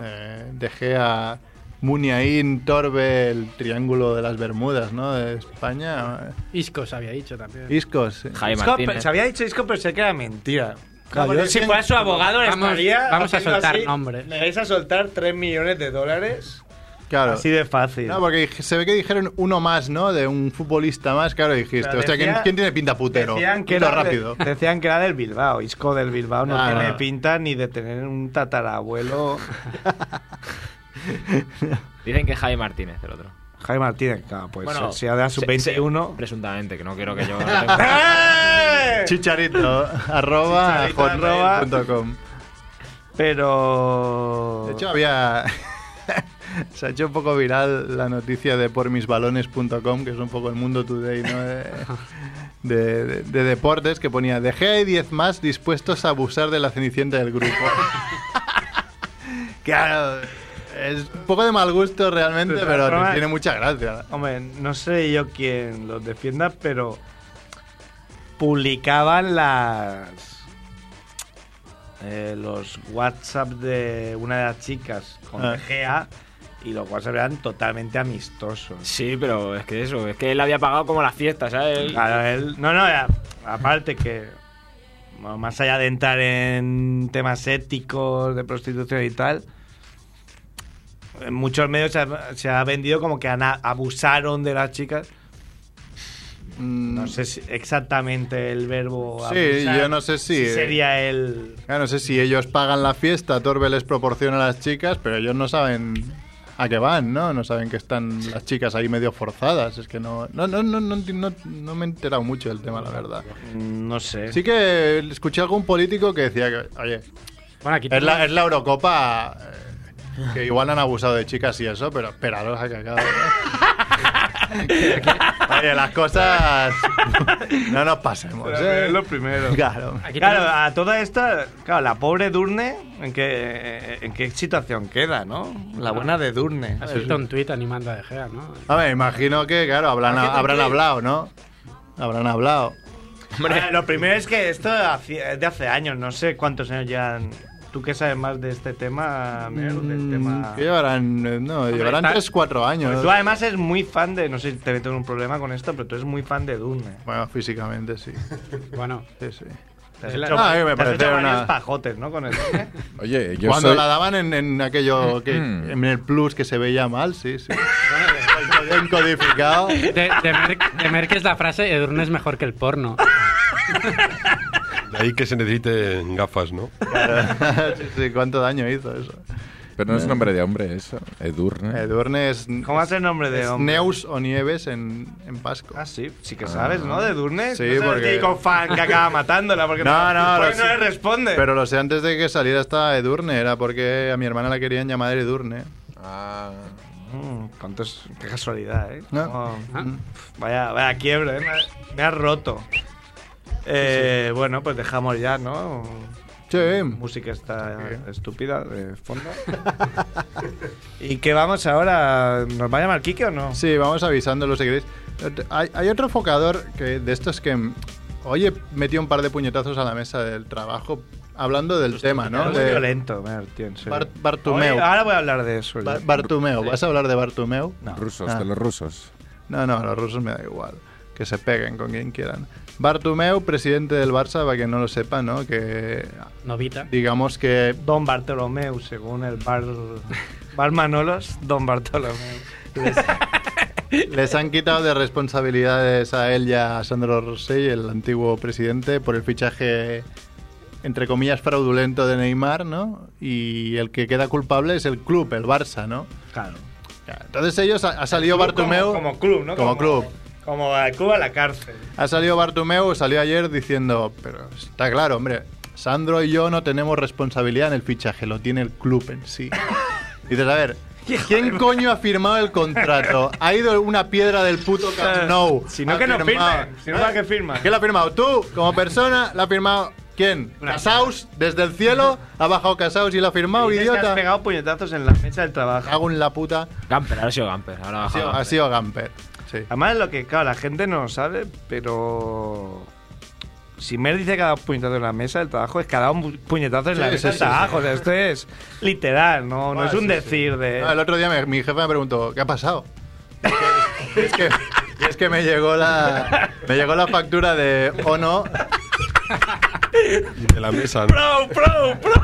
[SPEAKER 4] Eh, dejé a Muniain, Torbe, el triángulo de las Bermudas, ¿no? De España.
[SPEAKER 2] Iscos había dicho también.
[SPEAKER 4] Iscos. sí.
[SPEAKER 3] Jaime
[SPEAKER 1] Isco,
[SPEAKER 3] Martínez.
[SPEAKER 1] pe- se había dicho disco, pero sé que era mentira.
[SPEAKER 4] Claro,
[SPEAKER 1] Como
[SPEAKER 4] yo
[SPEAKER 1] que si
[SPEAKER 4] decía-
[SPEAKER 1] fuera su abogado, le
[SPEAKER 2] Vamos-
[SPEAKER 1] estaría
[SPEAKER 2] vamos a
[SPEAKER 1] haciendo
[SPEAKER 2] soltar
[SPEAKER 1] así,
[SPEAKER 2] nombres.
[SPEAKER 1] Me vais a soltar 3 millones de dólares.
[SPEAKER 4] Claro.
[SPEAKER 1] Así de fácil.
[SPEAKER 4] No, porque dij- se ve que dijeron uno más, ¿no? De un futbolista más, claro, dijiste.
[SPEAKER 1] Pero
[SPEAKER 4] Hostia, ¿quién,
[SPEAKER 1] decía-
[SPEAKER 4] quién tiene pinta putero?
[SPEAKER 1] Decían que,
[SPEAKER 4] Puta
[SPEAKER 1] era,
[SPEAKER 4] rápido.
[SPEAKER 1] de- decían que era del Bilbao. Isco del Bilbao no
[SPEAKER 4] Ah,
[SPEAKER 1] tiene
[SPEAKER 4] no.
[SPEAKER 1] pinta ni de tener un tatarabuelo.
[SPEAKER 3] Dicen que es Jaime Martínez el otro.
[SPEAKER 1] Jaime Martínez, claro, pues si ha de la
[SPEAKER 3] se- se-
[SPEAKER 1] sub-21.
[SPEAKER 3] presuntamente, que no quiero que yo. lo tenga.
[SPEAKER 4] Chicharito, arroba,
[SPEAKER 1] Chicharito, arroba.
[SPEAKER 4] hotmail.com.
[SPEAKER 1] Pero.
[SPEAKER 4] De hecho, había. Se ha hecho un poco viral la noticia de pormisbalones.com, que es un poco el mundo today, ¿no? De, de- de- de deportes, que ponía: Dejé a 10 más dispuestos a abusar de la cenicienta del grupo. claro, ah, es un poco de mal gusto realmente,
[SPEAKER 1] De todas
[SPEAKER 4] pero
[SPEAKER 1] formas-
[SPEAKER 4] tiene mucha gracia.
[SPEAKER 1] Hombre, no sé yo quién los defienda, pero publicaban las eh, los WhatsApp de una de las chicas con
[SPEAKER 4] Ah.
[SPEAKER 1] GA y los WhatsApp eran totalmente amistosos.
[SPEAKER 3] Sí, pero es que eso, es que él había pagado como las fiestas, ¿sabes?
[SPEAKER 1] Claro, él- no, no, a- aparte que bueno, más allá de entrar en temas éticos de prostitución y tal, en muchos medios se ha, se ha vendido como que han a- abusaron de las chicas.
[SPEAKER 4] Mm,
[SPEAKER 1] No sé si exactamente el verbo.
[SPEAKER 4] Sí,
[SPEAKER 1] abusar,
[SPEAKER 4] yo no sé si- eh,
[SPEAKER 1] sería el.
[SPEAKER 4] ya no sé si ellos pagan la fiesta, Torbe les proporciona a las chicas, pero ellos no saben a qué van, ¿no? No saben que están las chicas ahí medio forzadas. Es que no, no, no, no, no, enti- no- no me he enterado mucho del tema, la verdad.
[SPEAKER 1] No sé.
[SPEAKER 4] Sí que escuché a algún político que decía que, oye,
[SPEAKER 2] Bueno, aquí
[SPEAKER 4] es la,
[SPEAKER 2] tenemos-
[SPEAKER 4] es la Eurocopa. eh, Que igual han abusado de chicas y eso, pero esperaros a que acabe. Oye, las cosas. No nos pasemos, ¿eh?
[SPEAKER 8] Es lo primero.
[SPEAKER 4] Claro.
[SPEAKER 2] aquí
[SPEAKER 1] Claro,
[SPEAKER 2] tenemos-
[SPEAKER 1] a toda esta, claro, la pobre Durne, ¿en qué, en qué situación queda, no? La buena de Durne.
[SPEAKER 2] Has visto un tuit animando a De Gea, ¿no?
[SPEAKER 4] A ver, imagino que, claro, habrán, habrán hablado, ¿no? Habrán hablado.
[SPEAKER 1] Ah, lo primero es que esto hace- es de hace años, no sé cuántos años ya. han- ¿Tú qué sabes más de este tema, Mer, del tema?
[SPEAKER 4] Que llevarán, eh, no, llevarán
[SPEAKER 2] está-
[SPEAKER 4] 3, 4 años.
[SPEAKER 1] pues Tú además eres muy fan de, no sé si te meto en un problema con esto, pero tú eres muy fan de Durne.
[SPEAKER 4] Bueno, físicamente sí.
[SPEAKER 2] Bueno,
[SPEAKER 4] sí, sí.
[SPEAKER 1] Te has
[SPEAKER 2] Es la-
[SPEAKER 1] hecho-
[SPEAKER 4] Ah, eh, me
[SPEAKER 1] te has hecho
[SPEAKER 4] parece
[SPEAKER 1] varios
[SPEAKER 4] una-
[SPEAKER 1] pajotes, ¿no? Con el Durne.
[SPEAKER 6] Oye, yo
[SPEAKER 4] Cuando
[SPEAKER 6] soy...
[SPEAKER 4] la daban en, en aquello, que,
[SPEAKER 6] Mm.
[SPEAKER 4] en el plus que se veía mal, sí, sí. Encodificado.
[SPEAKER 2] de, de Merck, de Merck es la frase Edurne es mejor que el porno.
[SPEAKER 5] De ahí que se necesiten gafas, ¿no?
[SPEAKER 4] sí, sí, cuánto daño hizo eso.
[SPEAKER 6] Pero no es nombre de hombre eso. Edurne.
[SPEAKER 4] Edurne es,
[SPEAKER 1] ¿Cómo es el nombre de
[SPEAKER 4] es
[SPEAKER 1] hombre?
[SPEAKER 4] Neus o Nieves en, en Vasco.
[SPEAKER 1] Ah, sí, sí que sabes, ¿no? De Durne.
[SPEAKER 4] Sí,
[SPEAKER 1] no es
[SPEAKER 4] porque-
[SPEAKER 1] El típico fan que acaba matándola porque
[SPEAKER 4] No, no,
[SPEAKER 1] porque
[SPEAKER 4] lo
[SPEAKER 1] no le
[SPEAKER 4] sé.
[SPEAKER 1] responde.
[SPEAKER 4] Pero lo sé antes de que saliera esta Edurne, era porque a mi hermana la querían llamar Edurne.
[SPEAKER 6] Ah,
[SPEAKER 1] Mm, cuántos- qué casualidad, ¿eh?
[SPEAKER 4] No.
[SPEAKER 1] Como-
[SPEAKER 2] Ah.
[SPEAKER 1] Pf, vaya, vaya quiebre, ¿eh? Me- Me has roto. Eh, Bueno, pues dejamos ya, ¿no?
[SPEAKER 4] Sí,
[SPEAKER 1] Música está estúpida de fondo. ¿Y qué vamos ahora? Ah, ¿Nos va a llamar Kike o no?
[SPEAKER 4] sí, vamos avisándolo si queréis. Hay, hay otro focador que, de estos que. mm, Oye, metió un par de puñetazos a la mesa del trabajo hablando del tema, ¿no?
[SPEAKER 1] Es
[SPEAKER 4] De-
[SPEAKER 1] violento, Mer, tío, en serio.
[SPEAKER 4] Bart- Bartomeu.
[SPEAKER 1] Oye, ahora voy a hablar de eso.
[SPEAKER 4] Ba-
[SPEAKER 1] ya.
[SPEAKER 4] Bartumeo, ¿vas a hablar de Bartumeo?
[SPEAKER 6] rusos,
[SPEAKER 4] Ah.
[SPEAKER 6] de los rusos.
[SPEAKER 4] No, no, a los rusos me da igual. Que se peguen con quien quieran. Bartumeu, presidente del Barça, para que no lo sepa, ¿no? Que
[SPEAKER 2] Novita.
[SPEAKER 4] digamos que...
[SPEAKER 1] Don Bartolomeu, según el bar, bar Manolos, Don Bartolomeu.
[SPEAKER 4] Les han quitado de responsabilidades a él y a Sandro Rossell, el antiguo presidente, por el fichaje, entre comillas, fraudulento de Neymar, ¿no? Y el que queda culpable es el club, el Barça, ¿no?
[SPEAKER 1] Claro.
[SPEAKER 4] Entonces ellos ha, ha salido Bartomeu...
[SPEAKER 1] Como, como club, ¿no?
[SPEAKER 4] Como club.
[SPEAKER 1] Como al club a la cárcel.
[SPEAKER 4] Ha salido Bartomeu, salió ayer diciendo, pero está claro, hombre, Sandro y yo no tenemos responsabilidad en el fichaje, lo tiene el club en sí. Dices, a ver, ¿quién coño ha firmado el contrato? Ha ido una piedra del puto Camp Nou.
[SPEAKER 1] Si no,
[SPEAKER 4] Ha
[SPEAKER 1] que no
[SPEAKER 4] firmado-
[SPEAKER 1] firmen. Si no, ¿para qué firman?
[SPEAKER 4] ¿Quién lo ha firmado? ¿Tú? Como persona, ¿la ha firmado quién? Casaus, desde el cielo, ha bajado Casaus y la ha firmado,
[SPEAKER 1] Dices que has
[SPEAKER 4] idiota.
[SPEAKER 1] pegado puñetazos en la mesa del trabajo.
[SPEAKER 4] Hago en la puta.
[SPEAKER 3] Gamper, ahora ha sido Gamper. Ahora
[SPEAKER 4] Ha
[SPEAKER 3] baja
[SPEAKER 4] sido, ha
[SPEAKER 3] Gamper.
[SPEAKER 4] sido Gamper. Sí.
[SPEAKER 1] Además, lo que, claro, la gente no lo sabe, pero. Si Mer dice que ha dado puñetazos en la mesa del trabajo, es que ha dado un puñetazo en la
[SPEAKER 4] Sí,
[SPEAKER 1] mesa
[SPEAKER 4] sí,
[SPEAKER 1] del
[SPEAKER 4] sí,
[SPEAKER 1] trabajo. O sea, esto es literal, no, no
[SPEAKER 4] Ah,
[SPEAKER 1] es un
[SPEAKER 4] sí, sí.
[SPEAKER 1] decir de.
[SPEAKER 4] No, el otro día me- mi jefe me preguntó, ¿qué ha pasado? Y es que, y es que me llegó la me llegó la factura de o no,
[SPEAKER 5] De la mesa, ¿no?
[SPEAKER 1] ¡Pro, pro, pro!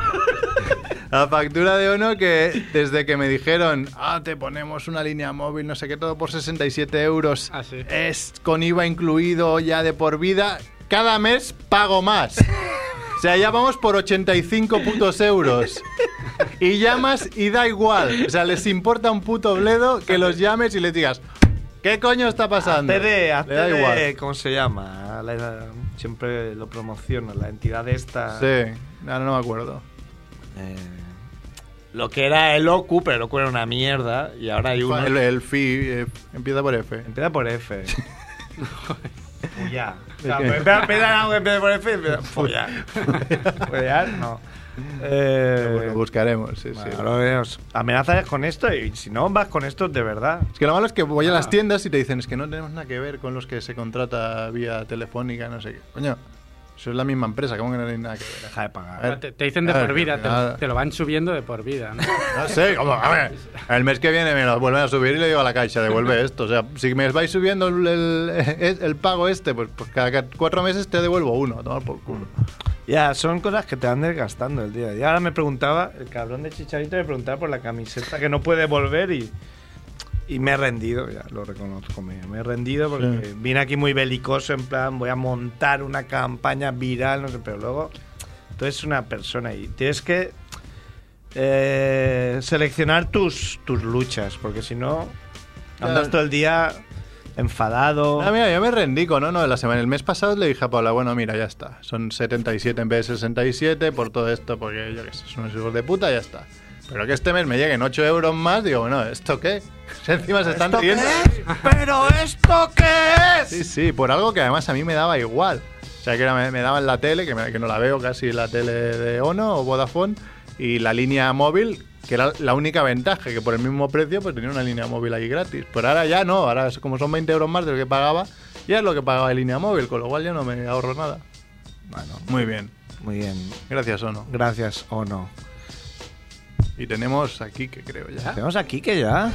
[SPEAKER 4] la factura de Ono que desde que me dijeron, ah, te ponemos una línea móvil, no sé qué, todo por 67 euros,
[SPEAKER 2] Ah, sí.
[SPEAKER 4] es con IVA incluido ya de por vida, cada mes pago más. O sea, ya vamos por 85 putos euros. Y llamas y da igual. O sea, les importa un puto bledo que los llames y les digas, ¿qué coño está pasando?
[SPEAKER 1] Hazte de, hazte
[SPEAKER 4] Le da
[SPEAKER 1] de-
[SPEAKER 4] igual.
[SPEAKER 1] ¿Cómo se llama? La- siempre lo promociono, la entidad esta.
[SPEAKER 4] Sí, ahora no me acuerdo.
[SPEAKER 1] Eh, lo que era el OCU, pero el OCU era una mierda. Y ahora hay uno.
[SPEAKER 4] El, el FI eh, empieza por F.
[SPEAKER 1] Empieza por F. Follar. O sea,
[SPEAKER 4] ¿De qué?
[SPEAKER 1] empieza, empieza algo que empieza por F y empieza. Follar. Follar, no.
[SPEAKER 4] Pues lo
[SPEAKER 1] Eh,
[SPEAKER 4] buscaremos, sí, sí.
[SPEAKER 1] bueno, ahora vemos. Amenazas con esto y si no vas con esto de verdad.
[SPEAKER 4] Es que lo malo es que voy a las tiendas y te dicen, es que no tenemos nada que ver con los que se contrata vía telefónica, no sé qué. Coño, eso es la misma empresa, ¿cómo que no tiene nada que ver?
[SPEAKER 1] Deja de
[SPEAKER 4] A
[SPEAKER 1] pagar.
[SPEAKER 4] ver.
[SPEAKER 2] Te, te dicen de
[SPEAKER 4] Claro,
[SPEAKER 2] por vida, te, lo-
[SPEAKER 4] nada.
[SPEAKER 2] te lo van subiendo de por vida. ¿no?
[SPEAKER 4] No sé, Ah, como, a ver, el mes que viene me lo vuelven a subir y le digo a la caixa, devuelve esto. O sea, si me vais subiendo el, el- el pago este, pues, pues cada cuatro meses te devuelvo uno, a tomar por culo.
[SPEAKER 1] Mm. Ya, son cosas que te van desgastando el día. Y ahora me preguntaba, el cabrón de Chicharito me preguntaba por la camiseta que no puede volver y, y me he rendido, ya lo reconozco, me, me he rendido porque
[SPEAKER 4] Sí.
[SPEAKER 1] vine aquí muy belicoso, en plan voy a montar una campaña viral, no sé, pero luego tú eres una persona y tienes que eh, seleccionar tus, tus luchas, porque si no, andas
[SPEAKER 4] Ya.
[SPEAKER 1] todo el día enfadado.
[SPEAKER 4] Ah, mira, yo me rendí con uno de la semana. El mes pasado le dije a Paula, bueno, mira, ya está. Son 77 en vez de 67 por todo esto, porque yo qué sé, son unos hijos de puta, ya está. Pero que este mes me lleguen 8 euros más, digo, bueno, ¿esto qué? Encima se están riendo.
[SPEAKER 1] ¿Pero esto qué es?
[SPEAKER 4] Sí, sí, por algo que además a mí me daba igual. O sea, que era- me, me daban la tele, que, me- que no la veo casi, la tele de Ono o Vodafone, y la línea móvil, que era la única ventaja, que por el mismo precio pues tenía una línea móvil ahí gratis. Pero ahora ya no, ahora es- como son 20 euros más de lo que pagaba, ya es lo que pagaba de línea móvil, con lo cual ya no me ahorro nada.
[SPEAKER 1] Bueno,
[SPEAKER 4] Muy bien,
[SPEAKER 1] muy bien.
[SPEAKER 4] gracias Ono.
[SPEAKER 1] Gracias, o no.
[SPEAKER 4] Y tenemos aquí, que creo ya.
[SPEAKER 1] Tenemos aquí que ya.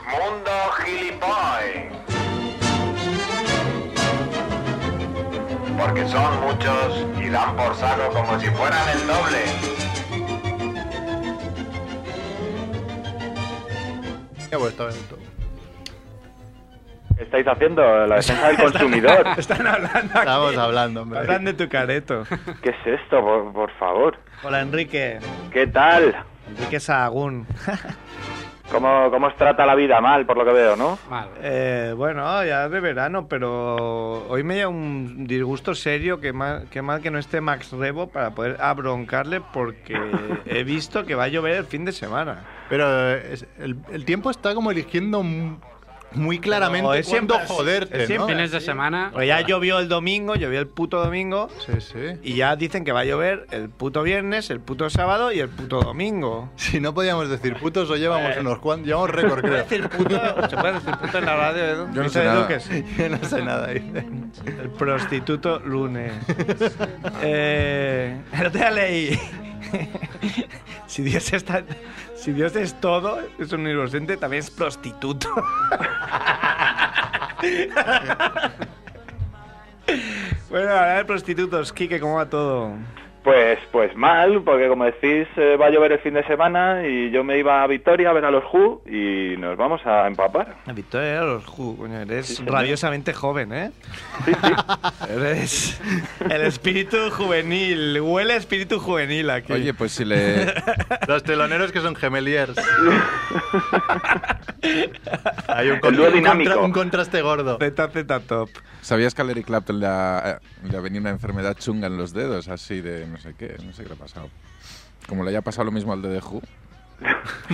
[SPEAKER 9] Mundo Gilipoy. Porque son muchos y dan por saco como si fueran el doble.
[SPEAKER 4] Ya pues, estaba en todo.
[SPEAKER 9] ¿Qué estáis haciendo? La defensa del consumidor.
[SPEAKER 1] Están hablando aquí.
[SPEAKER 4] Estábamos hablando, hombre.
[SPEAKER 1] Hablan de tu careto.
[SPEAKER 9] ¿Qué es esto? Por, por favor.
[SPEAKER 1] Hola, Enrique.
[SPEAKER 9] ¿Qué tal?
[SPEAKER 1] Enrique Sahagún.
[SPEAKER 9] ¿Cómo, ¿Cómo os trata la vida? Mal, por lo que veo, ¿no?
[SPEAKER 2] Mal.
[SPEAKER 1] Eh, bueno, ya de verano, pero hoy me da un disgusto serio. Que mal, que mal que no esté Max Rebo para poder abroncarle porque he visto que va a llover el fin de semana.
[SPEAKER 4] Pero eh, es- el, el tiempo está como eligiendo m- muy claramente
[SPEAKER 1] es
[SPEAKER 4] cuándo
[SPEAKER 1] siempre así,
[SPEAKER 4] joderte,
[SPEAKER 1] es siempre
[SPEAKER 4] ¿no?
[SPEAKER 2] Fines de semana.
[SPEAKER 1] Porque ya llovió el domingo, llovió el puto domingo.
[SPEAKER 4] Sí, sí.
[SPEAKER 1] Y ya dicen que va a llover el puto viernes, el puto sábado y el puto domingo. Eh.
[SPEAKER 4] Si no podíamos decir putos, hoy llevamos unos cuantos. Llevamos récord,
[SPEAKER 1] ¿Se puede
[SPEAKER 4] creo.
[SPEAKER 1] decir puto? ¿Se puede decir puto en la radio? Edu?
[SPEAKER 6] Yo no sé
[SPEAKER 1] Dice Edu
[SPEAKER 6] nada.
[SPEAKER 1] que sí.
[SPEAKER 4] Yo no sé nada. dice.
[SPEAKER 1] El prostituto lunes. eh, el otro día leí. si, Dios está, si Dios es todo, es un inocente, también es prostituto. bueno, hablar de prostitutos, Kike, ¿cómo va todo?
[SPEAKER 9] Pues, pues mal, porque como decís, eh, va a llover el fin de semana y yo me iba a Vitoria a ver a los Who y nos vamos a empapar.
[SPEAKER 1] La victoria era los Who, Eh, coño, eres
[SPEAKER 9] Sí, señor.
[SPEAKER 1] rabiosamente joven, ¿eh? eres el espíritu juvenil, huele a espíritu juvenil aquí.
[SPEAKER 6] Oye, pues si le,
[SPEAKER 4] Los teloneros que son gemeliers. Hay un,
[SPEAKER 9] El dúo
[SPEAKER 4] un
[SPEAKER 9] dinámico.
[SPEAKER 4] un contraste gordo.
[SPEAKER 1] Z, Z top.
[SPEAKER 6] ¿Sabías que a Larry Clapton le, ha- eh, le ha venido una enfermedad chunga en los dedos? Así de no sé qué, no sé qué le ha pasado. Como le haya pasado lo mismo al de The Who.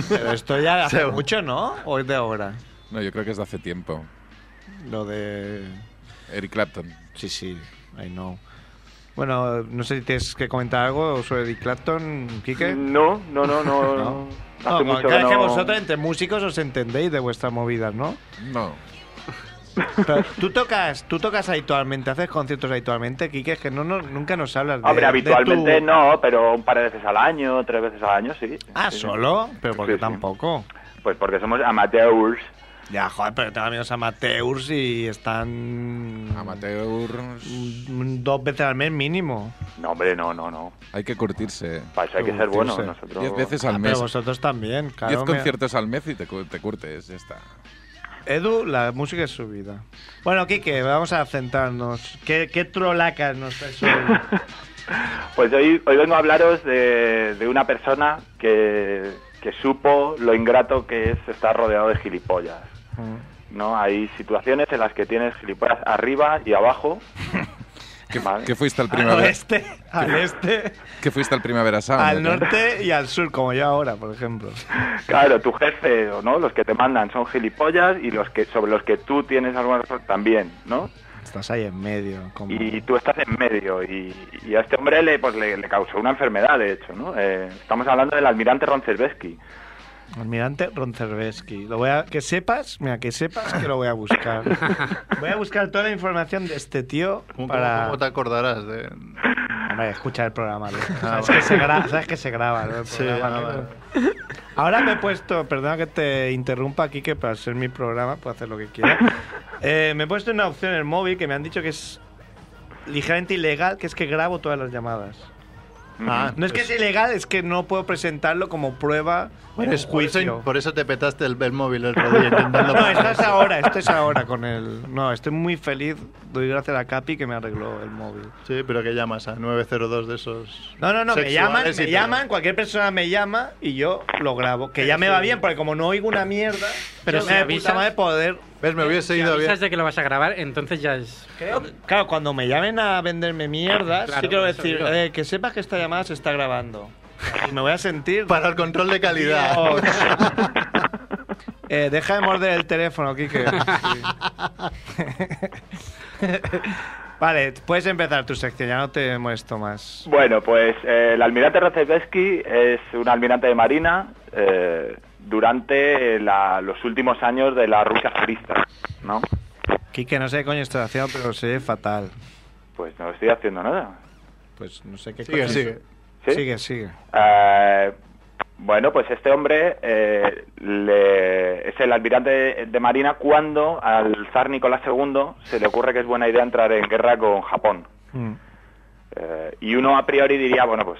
[SPEAKER 1] Pero esto ya hace
[SPEAKER 4] Seguro.
[SPEAKER 1] mucho, ¿no? ¿O es de ahora?
[SPEAKER 6] No, yo creo que es de hace tiempo.
[SPEAKER 1] Lo de...
[SPEAKER 6] Eric Clapton.
[SPEAKER 1] Sí, sí, I know. Bueno, no sé si tienes que comentar algo sobre Eric Clapton, Quique.
[SPEAKER 9] No, no, no, no. no.
[SPEAKER 1] No,
[SPEAKER 9] Hace
[SPEAKER 1] porque
[SPEAKER 9] mucho
[SPEAKER 1] es
[SPEAKER 9] no-
[SPEAKER 1] que vosotros entre músicos os entendéis de vuestras movidas, ¿no?
[SPEAKER 6] No.
[SPEAKER 1] Pero tú tocas, tú tocas habitualmente, haces conciertos habitualmente, Quique, es que no, no- nunca nos hablas de
[SPEAKER 9] Hombre,
[SPEAKER 1] de
[SPEAKER 9] habitualmente
[SPEAKER 1] tu-
[SPEAKER 9] no, pero un par de veces al año, tres veces al año, sí.
[SPEAKER 1] Ah,
[SPEAKER 9] Sí, sí.
[SPEAKER 1] ¿solo? Pero porque
[SPEAKER 9] Sí, sí.
[SPEAKER 1] tampoco.
[SPEAKER 9] Pues porque somos amateurs.
[SPEAKER 1] Ya, joder, pero tengo amigos amateurs y están...
[SPEAKER 6] Amateurs.
[SPEAKER 1] mm, Dos veces al mes mínimo.
[SPEAKER 9] No, hombre, no, no, no.
[SPEAKER 6] Hay que curtirse.
[SPEAKER 9] Para eso Pues hay que ser bueno. Nosotros...
[SPEAKER 6] Diez veces
[SPEAKER 1] Ah,
[SPEAKER 6] al mes.
[SPEAKER 1] pero vosotros también,
[SPEAKER 6] Diez
[SPEAKER 1] claro. me-
[SPEAKER 6] conciertos al mes y te, cu- te curtes, ya está.
[SPEAKER 1] Edu, la música es su vida. Bueno, Quique, vamos a centrarnos. ¿Qué, qué trolacas nos traes hoy?
[SPEAKER 9] Pues hoy, hoy vengo a hablaros de, de una persona que, que supo lo ingrato que es estar rodeado de gilipollas.
[SPEAKER 1] Mm.
[SPEAKER 9] ¿No? Hay situaciones en las que tienes gilipollas arriba y abajo.
[SPEAKER 6] ¿Qué,
[SPEAKER 9] Vale.
[SPEAKER 6] qué fuiste al
[SPEAKER 1] al
[SPEAKER 6] primavera?
[SPEAKER 1] oeste, al este,
[SPEAKER 6] ¿Qué fuiste al primavera Sound?
[SPEAKER 1] al
[SPEAKER 6] Ah, ¿no?
[SPEAKER 1] norte y al sur, como yo ahora, por ejemplo.
[SPEAKER 9] Claro, tu jefe o no, los que te mandan son gilipollas y los que sobre los que tú tienes alguna razón también, ¿no?
[SPEAKER 1] Estás ahí en medio. Como...
[SPEAKER 9] y tú estás en medio y, y a este hombre le pues le, le causó una enfermedad de hecho no Eh, estamos hablando del almirante Roncesvesky
[SPEAKER 1] Almirante Roncervesky. Lo voy a... Que sepas, mira, que sepas que lo voy a buscar. voy a buscar toda la información de este tío
[SPEAKER 4] ¿Cómo,
[SPEAKER 1] para...
[SPEAKER 4] cómo te acordarás de.? Ah,
[SPEAKER 1] Hombre, escucha el programa, ¿no? sabes,
[SPEAKER 4] vale.
[SPEAKER 1] que se gra- sabes que se graba, ¿no? El
[SPEAKER 4] Sí,
[SPEAKER 1] programa,
[SPEAKER 4] ah,
[SPEAKER 1] ¿no?
[SPEAKER 4] vale.
[SPEAKER 1] Ahora me he puesto, perdona que te interrumpa aquí, que para ser mi programa puedo hacer lo que quiera. Eh, me he puesto una opción en el móvil que me han dicho que es ligeramente ilegal, que es que grabo todas las llamadas.
[SPEAKER 4] Ah,
[SPEAKER 1] no es que
[SPEAKER 4] pues-
[SPEAKER 1] es ilegal, es que no puedo presentarlo como prueba.
[SPEAKER 4] Bueno,
[SPEAKER 1] en
[SPEAKER 4] es-
[SPEAKER 1] un
[SPEAKER 4] por, eso,
[SPEAKER 1] juicio.
[SPEAKER 4] por eso te petaste el, el móvil el otro día intentando.
[SPEAKER 1] No, esto es ahora, esto es ahora con el. No, estoy muy feliz. Doy gracias a Capi que me arregló el móvil.
[SPEAKER 4] Sí, pero que llamas a 902 de esos.
[SPEAKER 1] No, no, no, me
[SPEAKER 4] sexuales
[SPEAKER 1] llaman,
[SPEAKER 4] y
[SPEAKER 1] me
[SPEAKER 4] te-
[SPEAKER 1] llaman, cualquier persona me llama y yo lo grabo. Que ya me va bien, porque como no oigo una mierda,
[SPEAKER 2] Pero
[SPEAKER 1] yo
[SPEAKER 2] si
[SPEAKER 1] me da
[SPEAKER 2] avisas-
[SPEAKER 1] puta madre poder.
[SPEAKER 4] ¿Ves? Me hubiese ido
[SPEAKER 2] avisas de que lo vas a grabar, entonces ya es.
[SPEAKER 1] Claro, cuando me llamen a venderme mierdas,
[SPEAKER 2] Claro,
[SPEAKER 1] sí quiero
[SPEAKER 2] eso
[SPEAKER 1] decir,
[SPEAKER 2] digo.
[SPEAKER 1] eh, que sepas que esta llamada se está grabando. Y me voy a sentir.
[SPEAKER 4] Para el control de calidad.
[SPEAKER 1] Oh, eh, deja de morder el teléfono, Kike. Sí. vale, puedes empezar tu sección, ya no te molesto más.
[SPEAKER 9] Bueno, pues eh, el almirante Rozebesky es un almirante de marina eh, durante la- los últimos años de la Rusia zarista, ¿no?
[SPEAKER 1] Kike, no sé qué coño estoy haciendo, pero se ve fatal.
[SPEAKER 9] Pues no estoy haciendo nada.
[SPEAKER 1] Pues no sé qué
[SPEAKER 4] Sigue, sigue.
[SPEAKER 9] ¿Sí?
[SPEAKER 1] Sigue, sigue.
[SPEAKER 9] Eh, bueno, pues este hombre eh, le- es el almirante de, de marina cuando al zar Nicolás II se le ocurre que es buena idea entrar en guerra con Japón. Eh, y uno a priori diría, bueno, pues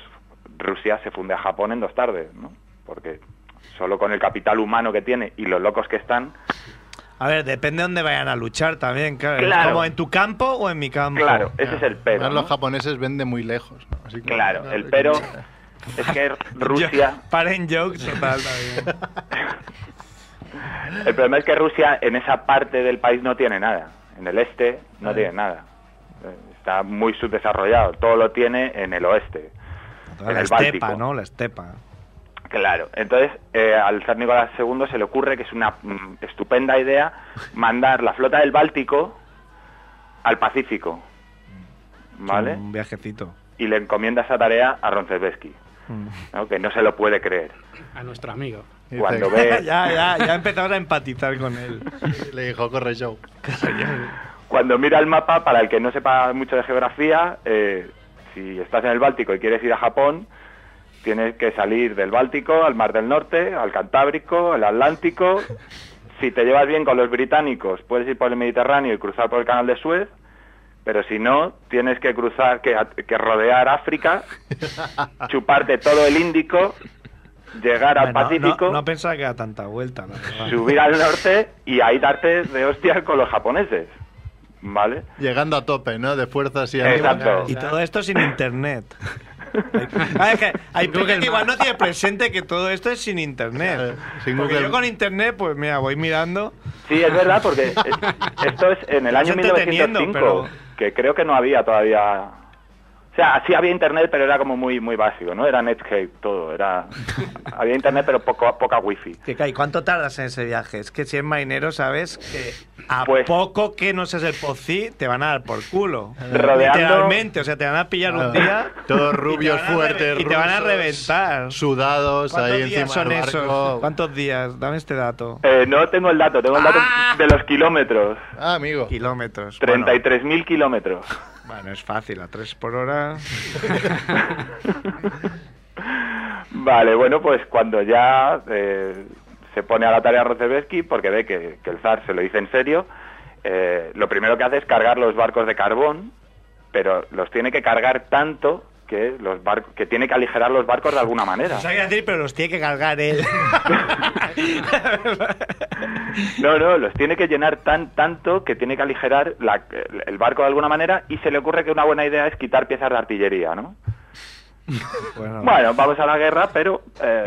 [SPEAKER 9] Rusia se funde a Japón en dos tardes, ¿no? Porque solo con el capital humano que tiene y los locos que están,
[SPEAKER 1] A ver, depende de dónde vayan a luchar también, claro.
[SPEAKER 9] Claro.
[SPEAKER 1] Como en tu campo o en mi campo.
[SPEAKER 9] claro, ese es el pero.
[SPEAKER 4] Además, Los
[SPEAKER 9] ¿no?
[SPEAKER 4] japoneses venden muy lejos. ¿no? Así que-
[SPEAKER 9] Claro, el pero es que Rusia...
[SPEAKER 1] Paren jokes, total, también.
[SPEAKER 9] El problema es que Rusia en esa parte del país no tiene nada. En el este no tiene nada. Eh, Está muy subdesarrollado. Todo lo tiene en el oeste. En
[SPEAKER 1] La
[SPEAKER 9] el
[SPEAKER 1] estepa,
[SPEAKER 9] Báltico.
[SPEAKER 1] ¿no? La estepa.
[SPEAKER 9] Claro. Entonces, eh, al zar Nicolás II se le ocurre que es una mm, estupenda idea mandar la flota del Báltico al Pacífico. ¿Vale?
[SPEAKER 1] Un viajecito.
[SPEAKER 9] Y le encomienda esa tarea a Roncesvalles, ¿no? que no se lo puede creer.
[SPEAKER 2] A nuestro amigo.
[SPEAKER 4] Dice-
[SPEAKER 9] Cuando ve...
[SPEAKER 1] ya, ya, ya empezamos a empatizar con él.
[SPEAKER 4] Le dijo, corre, Joe.
[SPEAKER 9] Cuando mira el mapa, para el que no sepa mucho de geografía, eh, si estás en el Báltico y quieres ir a Japón, tienes que salir del Báltico al Mar del Norte, al Cantábrico, al Atlántico. Si te llevas bien con los británicos, puedes ir por el Mediterráneo y cruzar por el Canal de Suez. Pero si no, tienes que cruzar, que, que rodear África, chuparte todo el Índico, llegar al
[SPEAKER 1] Bueno, no-
[SPEAKER 9] Pacífico,
[SPEAKER 1] No, pensaba que da tanta vuelta, la verdad.
[SPEAKER 9] subir al norte y ahí darte de hostia con los japoneses. ¿Vale?
[SPEAKER 4] Llegando a tope, ¿no? De fuerzas y
[SPEAKER 9] Exacto.
[SPEAKER 1] Y todo esto sin internet. Ah, es que hay
[SPEAKER 2] Google
[SPEAKER 1] gente que igual no
[SPEAKER 2] Maps.
[SPEAKER 1] tiene presente que todo esto es sin internet.
[SPEAKER 4] Sí, sin
[SPEAKER 1] Porque
[SPEAKER 4] Google.
[SPEAKER 1] yo con internet, pues mira, voy mirando.
[SPEAKER 9] Sí, es verdad, porque es- esto es en el año
[SPEAKER 1] Estás entreteniendo,
[SPEAKER 9] 1905,
[SPEAKER 1] pero-
[SPEAKER 9] que creo que no había todavía... O sea, sí había internet, pero era como muy muy básico, ¿no? Era Netscape todo, era... Había internet, pero poco, poca wifi.
[SPEAKER 1] Que, claro, ¿y ¿Cuánto tardas en ese viaje? Es que si es marinero, sabes que a
[SPEAKER 9] Pues-
[SPEAKER 1] poco que no seas el pocí, te van a dar por culo.
[SPEAKER 9] Rodeando-
[SPEAKER 1] Literalmente, o sea, te van a pillar un día.
[SPEAKER 4] Todos
[SPEAKER 1] y
[SPEAKER 4] rubios,
[SPEAKER 1] te van a
[SPEAKER 4] fuertes,
[SPEAKER 1] reven- Y te van a
[SPEAKER 4] rusos,
[SPEAKER 1] reventar.
[SPEAKER 4] Sudados,
[SPEAKER 1] ¿Cuántos
[SPEAKER 4] ahí
[SPEAKER 1] días
[SPEAKER 4] encima
[SPEAKER 1] son
[SPEAKER 4] del barco.
[SPEAKER 1] esos? ¿Cuántos días? Dame este dato.
[SPEAKER 9] Eh, no tengo el dato, tengo el dato
[SPEAKER 1] Ah.
[SPEAKER 9] de los kilómetros.
[SPEAKER 4] Ah, amigo.
[SPEAKER 1] Kilómetros. Bueno,
[SPEAKER 9] 33.000 kilómetros.
[SPEAKER 1] bueno, es fácil, a 3 por hora.
[SPEAKER 9] Vale, bueno, pues cuando ya eh, se pone a la tarea Roncesvalles porque ve que, que el zar se lo dice en serio, eh, lo primero que hace es cargar los barcos de carbón, pero los tiene que cargar tanto que los barcos que tiene que aligerar los barcos de alguna manera.
[SPEAKER 1] No sabía decir, pero los tiene que cargar él.
[SPEAKER 9] No, no, los tiene que llenar tan tanto que tiene que aligerar la- el- el barco de alguna manera y se le ocurre que una buena idea es quitar piezas de artillería, ¿no?
[SPEAKER 1] bueno,
[SPEAKER 9] Bueno, vamos a la guerra, pero eh,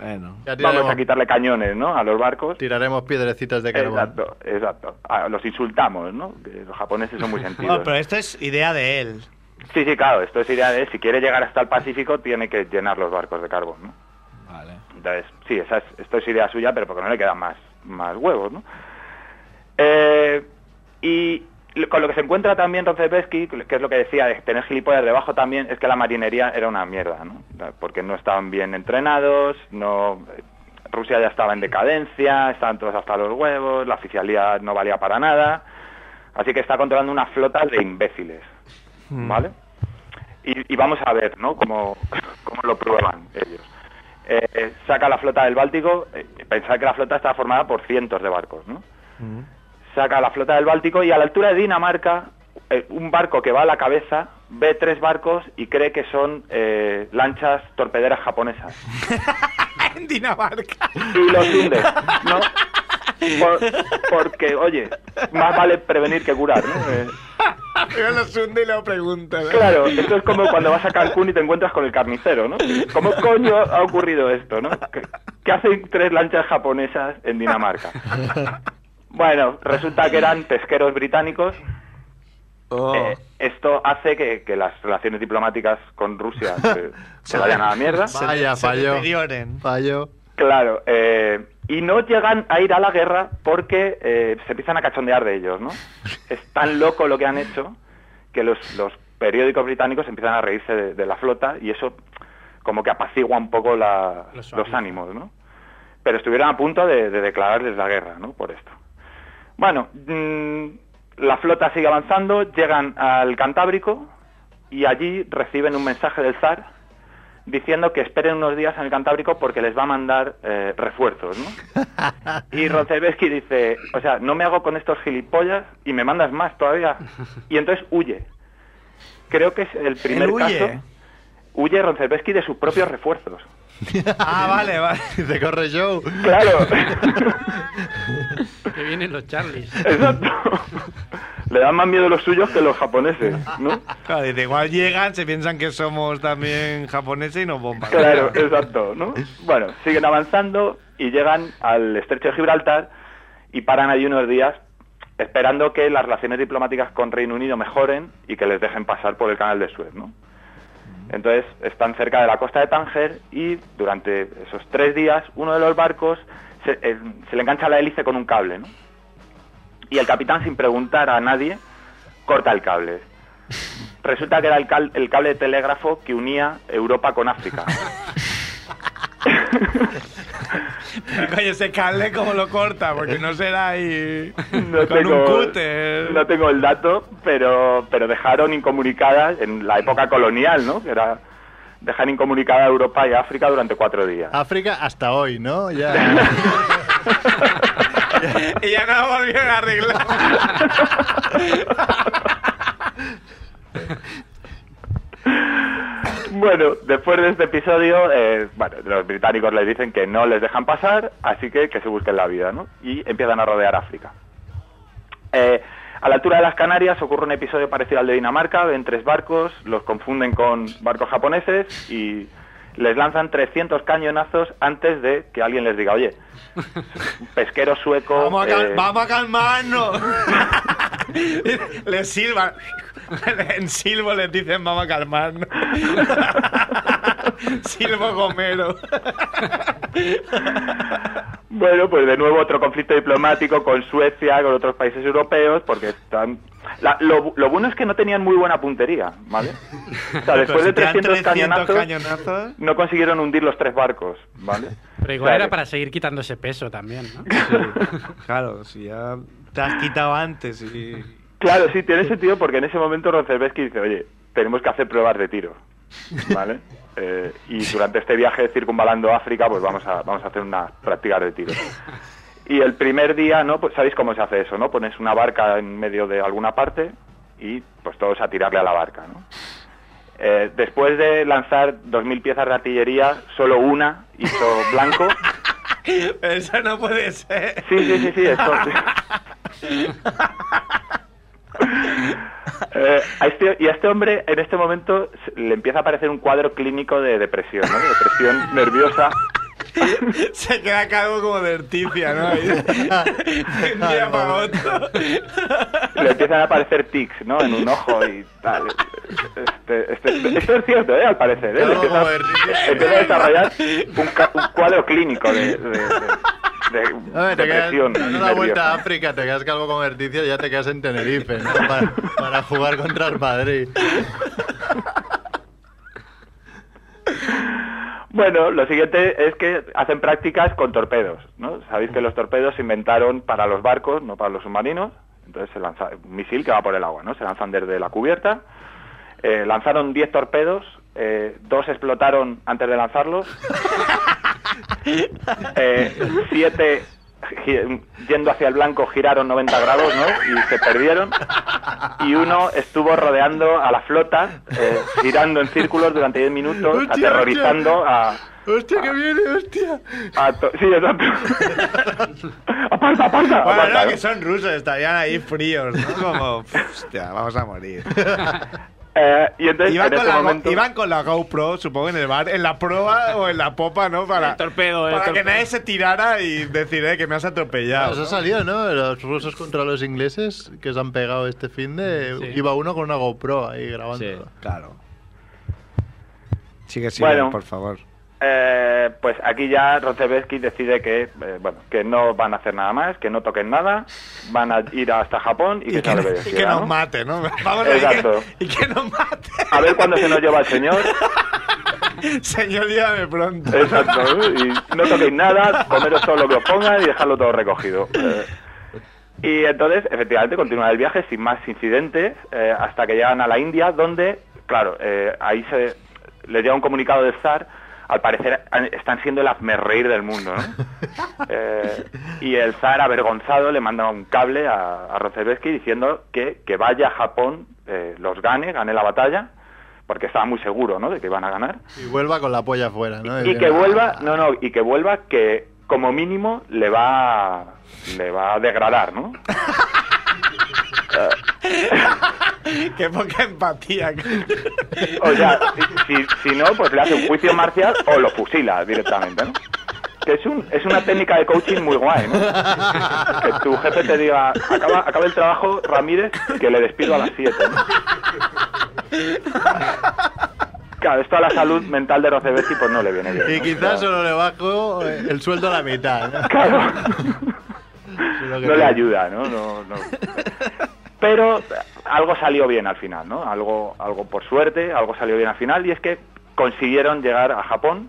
[SPEAKER 1] bueno.
[SPEAKER 4] Ya
[SPEAKER 9] vamos
[SPEAKER 4] tiraremos,
[SPEAKER 9] a quitarle cañones, ¿no? A los barcos.
[SPEAKER 4] tiraremos piedrecitas de carbón.
[SPEAKER 9] Exacto, exacto. Ah, los insultamos, ¿no? Que los japoneses son muy sentidos.
[SPEAKER 1] Bueno, pero esto es idea de él.
[SPEAKER 9] Sí, sí, claro. Esto es idea de si quiere llegar hasta el Pacífico tiene que llenar los barcos de carbón, ¿no?
[SPEAKER 3] Vale.
[SPEAKER 9] Entonces, sí, esa es, esto es idea suya, pero porque no le quedan más, más huevos, ¿no? Eh, y lo- con lo que se encuentra también Roncesvalles, que es lo que decía de tener gilipollas debajo también, es que la marinería era una mierda, ¿no? Porque no estaban bien entrenados, no... Rusia ya estaba en decadencia, estaban todos hasta los huevos, la oficialía no valía para nada, así que está controlando una flota de imbéciles, ¿vale? Y, y vamos a ver, ¿no? Cómo, cómo lo prueban ellos. Eh, eh, saca la flota del Báltico, eh, pensad que la flota está formada por cientos de barcos, ¿no? Saca la flota del Báltico y a la altura de Dinamarca, eh, un barco que va a la cabeza ve tres barcos y cree que son eh, lanchas torpederas japonesas.
[SPEAKER 1] En Dinamarca.
[SPEAKER 9] Y los hunde, ¿no? Por- porque, oye, más vale prevenir que curar, ¿no? Eh,
[SPEAKER 8] Yo lo sundo y lo pregunto. ¿no?
[SPEAKER 9] Claro, esto es como cuando vas a Cancún y te encuentras con el carnicero, ¿no? ¿Cómo coño ha ocurrido esto, no? ¿Qué, qué hacen tres lanchas japonesas en Dinamarca? Bueno, resulta que eran pesqueros británicos.
[SPEAKER 4] Oh.
[SPEAKER 9] Eh, esto hace que, que las relaciones diplomáticas con Rusia se, se vayan a la mierda.
[SPEAKER 4] Vaya, falló. Falló.
[SPEAKER 9] Claro, eh, y no llegan a ir a la guerra porque eh, se empiezan a cachondear de ellos, ¿no? Es tan loco lo que han hecho que los, los periódicos británicos empiezan a reírse de, de la flota y eso como que apacigua un poco la- los, ánimos, ¿no? Pero estuvieron a punto de, de declararles la guerra, ¿no? Por esto. Bueno, mm, la flota sigue avanzando, llegan al Cantábrico y allí reciben un mensaje del zar diciendo que esperen unos días en el Cantábrico porque les va a mandar eh, refuerzos, ¿no? Y Roncesvalles dice, o sea, no me hago con estos gilipollas y me mandas más todavía. Y entonces huye. Creo que es el primer
[SPEAKER 1] Él huye.
[SPEAKER 9] caso. Huye Roncesvalles de sus propios refuerzos.
[SPEAKER 1] Ah, vale, vale.
[SPEAKER 4] Dice, corre Joe.
[SPEAKER 9] Claro.
[SPEAKER 2] Que vienen los Charlies.
[SPEAKER 9] Exacto. Le dan más miedo los suyos que los japoneses, ¿no?
[SPEAKER 1] Claro, dice, igual llegan, se piensan que somos también japoneses y nos bomban.
[SPEAKER 9] Claro, exacto, ¿no? Bueno, siguen avanzando y llegan al estrecho de Gibraltar y paran allí unos días esperando que las relaciones diplomáticas con Reino Unido mejoren y que les dejen pasar por el canal de Suez, ¿no? Entonces están cerca de la costa de Tánger y durante esos tres días uno de los barcos se, eh, se le engancha la hélice con un cable, ¿no? Y el capitán, sin preguntar a nadie, corta el cable. Resulta que era el, cal- el cable de telégrafo que unía Europa con África.
[SPEAKER 1] Coño, ese cable como lo corta, porque no será ahí
[SPEAKER 9] No
[SPEAKER 1] con
[SPEAKER 9] tengo,
[SPEAKER 1] un cúter.
[SPEAKER 9] no tengo el dato, pero, pero dejaron incomunicadas en la época colonial, ¿no? Que era dejar incomunicada Europa y África durante cuatro días.
[SPEAKER 4] África hasta hoy, ¿no? Ya.
[SPEAKER 1] Y ya no lo volvieron a arreglar.
[SPEAKER 9] Bueno, después de este episodio, eh, bueno, los británicos les dicen que no les dejan pasar, así que que se busquen la vida, ¿no? Y empiezan a rodear África. Eh, a la altura de las Canarias ocurre un episodio parecido al de Dinamarca, ven tres barcos, los confunden con barcos japoneses y les lanzan 300 cañonazos antes de que alguien les diga, oye, pesquero sueco...
[SPEAKER 1] Vamos a, cal-
[SPEAKER 9] eh,
[SPEAKER 1] vamos a calmarnos. les silban. En silbo les dicen vamos a calmarnos. silbo Gomero.
[SPEAKER 9] Bueno, pues de nuevo otro conflicto diplomático con Suecia, con otros países europeos, porque están... la- lo, bu- lo bueno es que no tenían muy buena puntería, ¿vale? O sea, después de 300 cañonazos
[SPEAKER 1] cañonazos.
[SPEAKER 9] no consiguieron hundir los tres barcos, ¿vale?
[SPEAKER 2] Pero igual
[SPEAKER 9] Claro.
[SPEAKER 2] era para seguir quitando ese peso también, ¿no?
[SPEAKER 1] Claro, si ya te has quitado antes y...
[SPEAKER 9] Claro, sí, tiene sentido porque en ese momento Roncesvalles dice, oye, tenemos que hacer pruebas de tiro, ¿vale? Eh, y durante este viaje circunvalando África, pues vamos a, vamos a hacer unas prácticas de tiro. Y el primer día, ¿no? Pues sabéis cómo se hace eso, ¿no? Pones una barca en medio de alguna parte y pues todos a tirarle a la barca, ¿no? Eh, después de lanzar 2.000 piezas de artillería, solo una hizo blanco.
[SPEAKER 1] Eso no puede ser.
[SPEAKER 9] Sí, sí, sí, sí, esto. Eh, a este- y a este hombre en este momento se- le empieza a aparecer un cuadro clínico de depresión, ¿no? De Depresión nerviosa.
[SPEAKER 1] Se queda calvo como de Orticia, ¿no? Ahí, de un día para otro.
[SPEAKER 9] Le empiezan a aparecer tics, ¿no? En un ojo y tal. Este- este- este- esto es cierto, ¿eh? Al parecer, ¿eh? Le empieza, empieza a desarrollar un, ca- un cuadro clínico de, de- de- de
[SPEAKER 4] A ver, te quedas,
[SPEAKER 9] depresión
[SPEAKER 4] dando la vuelta a
[SPEAKER 9] nerviosa.
[SPEAKER 4] África, te quedas calvo con verticia y ya te quedas en Tenerife, ¿no? Para, para jugar contra el Madrid.
[SPEAKER 9] Bueno, lo siguiente es que hacen prácticas con torpedos, ¿no? Sabéis que los torpedos se inventaron para los barcos, no para los submarinos. Entonces se lanza un misil que va por el agua, ¿no? Se lanzan desde la cubierta. Eh, lanzaron 10 torpedos, eh, dos explotaron antes de lanzarlos. Eh, siete gi- yendo hacia el blanco giraron 90 grados, ¿no? Y se perdieron. Y uno estuvo rodeando a la flota, eh, girando en círculos durante 10 minutos,
[SPEAKER 4] Hostia,
[SPEAKER 9] aterrorizando a...
[SPEAKER 4] ¡Hostia, que viene! ¡Hostia!
[SPEAKER 9] a to- sí, exacto. aparta, aparta.
[SPEAKER 1] Bueno,
[SPEAKER 9] aparta,
[SPEAKER 1] no,
[SPEAKER 9] ¿no?
[SPEAKER 1] que son rusos, estarían ahí fríos, ¿no? Como, hostia, vamos a morir.
[SPEAKER 9] Eh, y entonces,
[SPEAKER 1] Iban
[SPEAKER 9] en
[SPEAKER 1] con,
[SPEAKER 9] ese
[SPEAKER 1] la, go-
[SPEAKER 9] momento...
[SPEAKER 1] iban con la GoPro, supongo, en el bar, en la proa o en la popa, ¿no? Para,
[SPEAKER 3] torpedo,
[SPEAKER 1] para que nadie se tirara y decir, eh, que me has atropellado.
[SPEAKER 4] Os ha salido, ¿no? Los rusos contra los ingleses que se han pegado este fin de.
[SPEAKER 2] Sí.
[SPEAKER 4] Iba uno con una GoPro ahí grabando.
[SPEAKER 3] Sí.
[SPEAKER 1] Claro. Sigue, sigue,
[SPEAKER 9] Bueno.
[SPEAKER 1] por favor.
[SPEAKER 9] Eh, pues aquí ya Rochevsky decide que eh, bueno que no van a hacer nada más, que no toquen nada, van a ir hasta Japón y, que, se
[SPEAKER 1] y que
[SPEAKER 9] obedeciera,
[SPEAKER 1] nos
[SPEAKER 9] ¿no?
[SPEAKER 1] mate, ¿no? Vamos a ver,
[SPEAKER 9] Exacto.
[SPEAKER 1] y que- y que nos mate.
[SPEAKER 9] A ver cuándo se nos lleva el señor.
[SPEAKER 1] Señor, llévame pronto.
[SPEAKER 9] Exacto. ¿eh? Y no toquéis nada, comeros todo lo que os pongan y dejarlo todo recogido. Eh, y entonces, efectivamente, continúa el viaje sin más incidentes eh, hasta que llegan a la India, donde, claro, eh, ahí se les llega un comunicado del zar. Al parecer han- están siendo el reír del mundo, ¿no? Eh, y el zar, avergonzado, le manda un cable a, a Roncesvalles diciendo que, que vaya a Japón, eh, los gane, gane la batalla, porque estaba muy seguro, ¿no?, de que iban a ganar.
[SPEAKER 4] Y vuelva con la polla afuera, ¿no?
[SPEAKER 9] Y que vuelva, no, no, y que vuelva que como mínimo le va le va a degradar, ¿no? Eh,
[SPEAKER 1] Qué poca empatía.
[SPEAKER 9] O sea, si, si no, pues le hace un juicio marcial o lo fusila directamente, ¿no? Que es, un, es una técnica de coaching muy guay, ¿no? Que tu jefe te diga, acaba, acaba el trabajo, Ramírez, que le despido a las 7, ¿no? Claro, esto a la salud mental de Rocebeski pues no le viene bien.
[SPEAKER 4] Y
[SPEAKER 9] ¿no?
[SPEAKER 4] quizás
[SPEAKER 9] O sea,
[SPEAKER 4] solo le bajo eh, el sueldo a la mitad. ¿no?
[SPEAKER 9] Claro.
[SPEAKER 4] Solo que
[SPEAKER 9] no le
[SPEAKER 4] no.
[SPEAKER 9] ayuda, ¿no? No, no. Pero algo salió bien al final, ¿no? Algo, algo por suerte, algo salió bien al final y es que consiguieron llegar a Japón,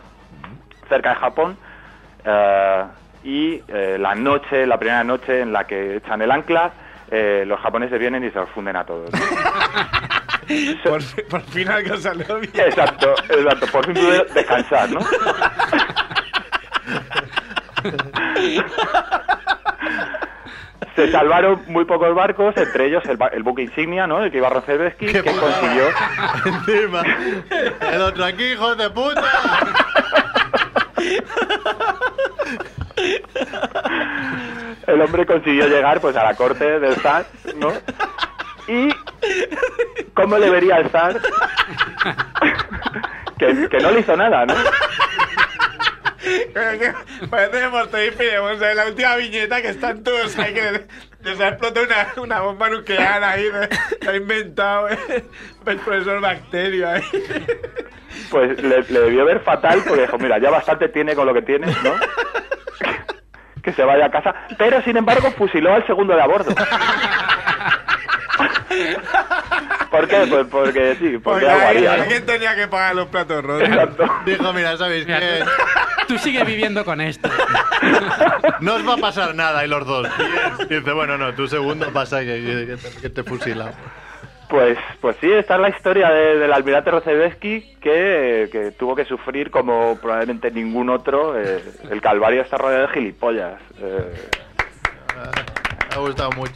[SPEAKER 9] cerca de Japón, eh, y eh, la noche, la primera noche en la que echan el ancla, eh, los japoneses vienen y se los funden a todos.
[SPEAKER 1] Por, fi- por fin algo salió bien.
[SPEAKER 9] Exacto, exacto. Por fin pude descansar, ¿no? Se salvaron muy pocos barcos, entre ellos el, ba- el buque insignia, ¿no? El que iba a Roncesvalles, que
[SPEAKER 4] putada.
[SPEAKER 9] consiguió...
[SPEAKER 4] Encima. El otro aquí, hijo de puta.
[SPEAKER 9] el hombre consiguió llegar pues a la corte del zar, ¿no? Y cómo le vería al zar que, que no le hizo nada, ¿no?
[SPEAKER 1] Pero que Parece que por Twitter pillamos en la última viñeta que están todos ahí que les, les ha explotado una, una bomba nuclear ahí. ¿no? Se ha inventado ¿eh? el profesor Bacterio ahí.
[SPEAKER 9] Pues le, le debió ver fatal porque dijo, mira, ya bastante tiene con lo que tiene, ¿no? que se vaya a casa. Pero, sin embargo, fusiló al segundo de a bordo. ¿Por qué? Pues porque sí, porque
[SPEAKER 1] Porque
[SPEAKER 9] algo
[SPEAKER 1] ahí
[SPEAKER 9] haría, ¿no?
[SPEAKER 1] alguien tenía que pagar los platos rotos.
[SPEAKER 9] Exacto.
[SPEAKER 4] Dijo, mira, ¿sabéis
[SPEAKER 2] Mira,
[SPEAKER 4] qué?
[SPEAKER 2] tú, tú sigue viviendo con esto.
[SPEAKER 4] No os va a pasar nada, y los dos. Y él dice, bueno, no, tu segundo pasa que, que te, que te fusila.
[SPEAKER 9] Pues, pues sí, esta es la historia de- del almirante Rocebeski que, que tuvo que sufrir como probablemente ningún otro eh, el calvario está rodeado de gilipollas. Eh,
[SPEAKER 4] Me ha gustado mucho.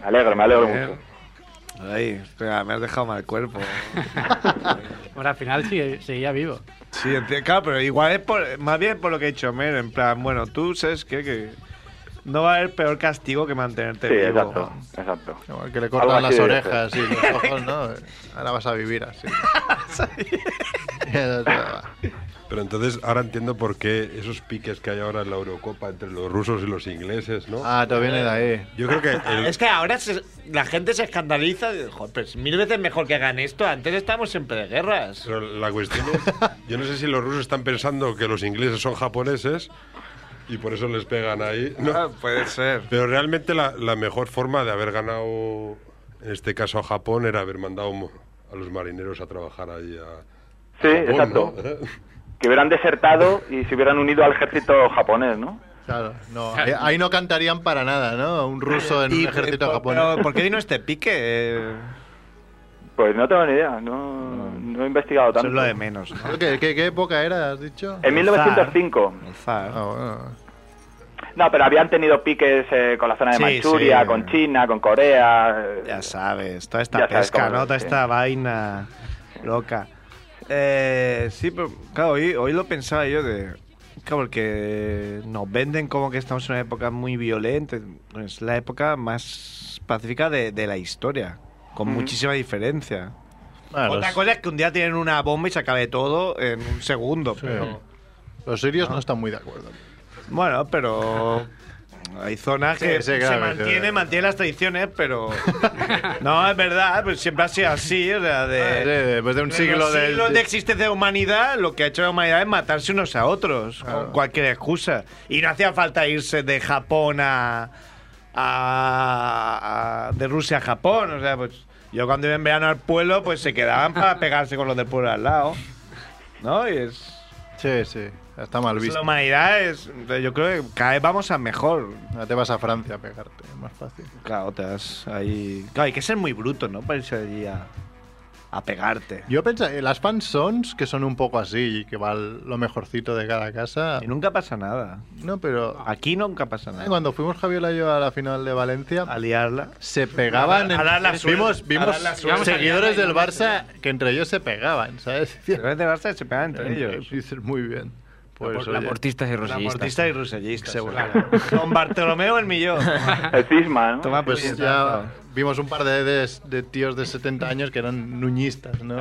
[SPEAKER 9] me alegro, me alegro mucho.
[SPEAKER 1] Ay, espera, me has dejado mal cuerpo.
[SPEAKER 2] Bueno, al final sigue- seguía vivo.
[SPEAKER 1] Sí, enti- claro, pero igual es por, más bien por lo que he hecho Mer, en plan, bueno, tú sabes que, que no va a haber peor castigo que mantenerte
[SPEAKER 9] Sí,
[SPEAKER 1] vivo.
[SPEAKER 9] exacto, exacto.
[SPEAKER 4] Igual que le
[SPEAKER 9] Algo
[SPEAKER 4] cortan las
[SPEAKER 9] así debe
[SPEAKER 4] orejas y los ojos, ¿no? Ahora vas a vivir así. Eso es verdad.
[SPEAKER 5] Pero entonces ahora entiendo por qué esos piques que hay ahora en la Eurocopa entre los rusos y los ingleses, ¿no?
[SPEAKER 4] ah, te viene de ahí.
[SPEAKER 5] Yo creo que el-
[SPEAKER 10] Es que ahora se- la gente se escandaliza. de, Joder, pues mil veces mejor que hagan esto. Antes estábamos siempre de guerras.
[SPEAKER 5] Pero la cuestión es, yo no sé si los rusos están pensando que los ingleses son japoneses y por eso les pegan ahí. ¿no?
[SPEAKER 1] Ah, puede ser.
[SPEAKER 5] Pero realmente la, la mejor forma de haber ganado, en este caso a Japón, era haber mandado mo- a los marineros a trabajar ahí a
[SPEAKER 9] Sí,
[SPEAKER 5] Japón,
[SPEAKER 9] exacto.
[SPEAKER 5] ¿no? Eh.
[SPEAKER 9] Que hubieran desertado y se hubieran unido al ejército japonés, ¿no?
[SPEAKER 4] Claro, no, ahí, ahí no cantarían para nada, ¿no? Un ruso en un ejército
[SPEAKER 1] por-
[SPEAKER 4] japonés.
[SPEAKER 1] eh, pero, ¿Por qué vino este pique? Eh,
[SPEAKER 9] Pues no tengo ni idea, no, no he investigado
[SPEAKER 1] eso
[SPEAKER 9] tanto.
[SPEAKER 1] es lo de menos, ¿no?
[SPEAKER 4] ¿Qué, qué, qué época era, has dicho?
[SPEAKER 9] En 1905.
[SPEAKER 1] El zar.
[SPEAKER 4] Ah, bueno.
[SPEAKER 9] No, pero habían tenido piques eh, con la zona de
[SPEAKER 1] Sí,
[SPEAKER 9] Manchuria,
[SPEAKER 1] sí.
[SPEAKER 9] con China, con Corea. eh,
[SPEAKER 1] Ya sabes, toda esta
[SPEAKER 9] Ya sabes
[SPEAKER 1] pesca,
[SPEAKER 9] cómo
[SPEAKER 1] ¿no?
[SPEAKER 9] es,
[SPEAKER 1] Toda
[SPEAKER 9] sí.
[SPEAKER 1] esta vaina loca. Eh, sí, pero claro, hoy, hoy lo pensaba yo de... Claro, porque nos venden como que estamos en una época muy violenta. Es la época más pacífica de, de la historia, con
[SPEAKER 10] Ujú.
[SPEAKER 1] muchísima diferencia.
[SPEAKER 10] Bueno,
[SPEAKER 1] Otra
[SPEAKER 10] los-
[SPEAKER 1] cosa es que un día tienen una bomba y se acabe todo en un segundo, pero...
[SPEAKER 4] Los sirios
[SPEAKER 1] Ah.
[SPEAKER 4] no están muy de acuerdo.
[SPEAKER 1] Bueno, pero... Hay zonas
[SPEAKER 4] Sí,
[SPEAKER 1] que
[SPEAKER 4] sí,
[SPEAKER 1] se
[SPEAKER 4] claro,
[SPEAKER 1] mantiene,
[SPEAKER 4] sí.
[SPEAKER 1] mantiene las tradiciones, pero... no, es verdad, pues siempre ha sido así. o sea, de,
[SPEAKER 4] Ah, sí, después de un
[SPEAKER 1] los
[SPEAKER 4] siglo de-
[SPEAKER 1] siglos de existencia de humanidad, lo que ha hecho la humanidad es matarse unos a otros, con cualquier excusa. Y no hacía falta irse de Japón a... a- a- de Rusia a Japón, o sea, pues... Yo cuando iba en verano al pueblo, pues se quedaban para pegarse con los del pueblo al lado. ¿No? Y es...
[SPEAKER 4] Sí, sí. Está mal
[SPEAKER 1] Pues
[SPEAKER 4] visto.
[SPEAKER 1] La humanidad es. Yo creo que cada vez vamos a mejor.
[SPEAKER 4] Ahora te vas a Francia a pegarte, es más fácil.
[SPEAKER 1] Claro, te vas ahí. Claro, hay que ser muy bruto, ¿no? Para irse allí a, a pegarte.
[SPEAKER 4] Yo pensaba, eh, las fansons, que son un poco así, que va l- lo mejorcito de cada casa. Y
[SPEAKER 1] nunca pasa nada.
[SPEAKER 4] No, pero.
[SPEAKER 1] Aquí nunca pasa nada.
[SPEAKER 4] Cuando fuimos Javiola y yo a la final de Valencia. A
[SPEAKER 1] liarla.
[SPEAKER 4] Se pegaban.
[SPEAKER 1] A
[SPEAKER 4] en-
[SPEAKER 1] dar la
[SPEAKER 4] Vimos,
[SPEAKER 1] suerte,
[SPEAKER 4] vimos
[SPEAKER 1] a dar la suerte.
[SPEAKER 4] seguidores
[SPEAKER 1] Vamos a
[SPEAKER 4] del
[SPEAKER 1] liarla y
[SPEAKER 4] Barça que entre ellos se pegaban, ¿sabes? Seguidores
[SPEAKER 1] del Barça se pegaban entre ellos.
[SPEAKER 4] Dices muy bien. Pues,
[SPEAKER 1] oye.
[SPEAKER 4] portistas
[SPEAKER 1] Laportistas y rosellistas.
[SPEAKER 4] Seguro.
[SPEAKER 1] Don Bartolomeo el millón.
[SPEAKER 9] El cisma, ¿no?
[SPEAKER 1] Toma
[SPEAKER 4] Pues
[SPEAKER 1] puñetazo.
[SPEAKER 4] ya vimos un par de, de- de tíos de 70 años que eran nuñistas, ¿no?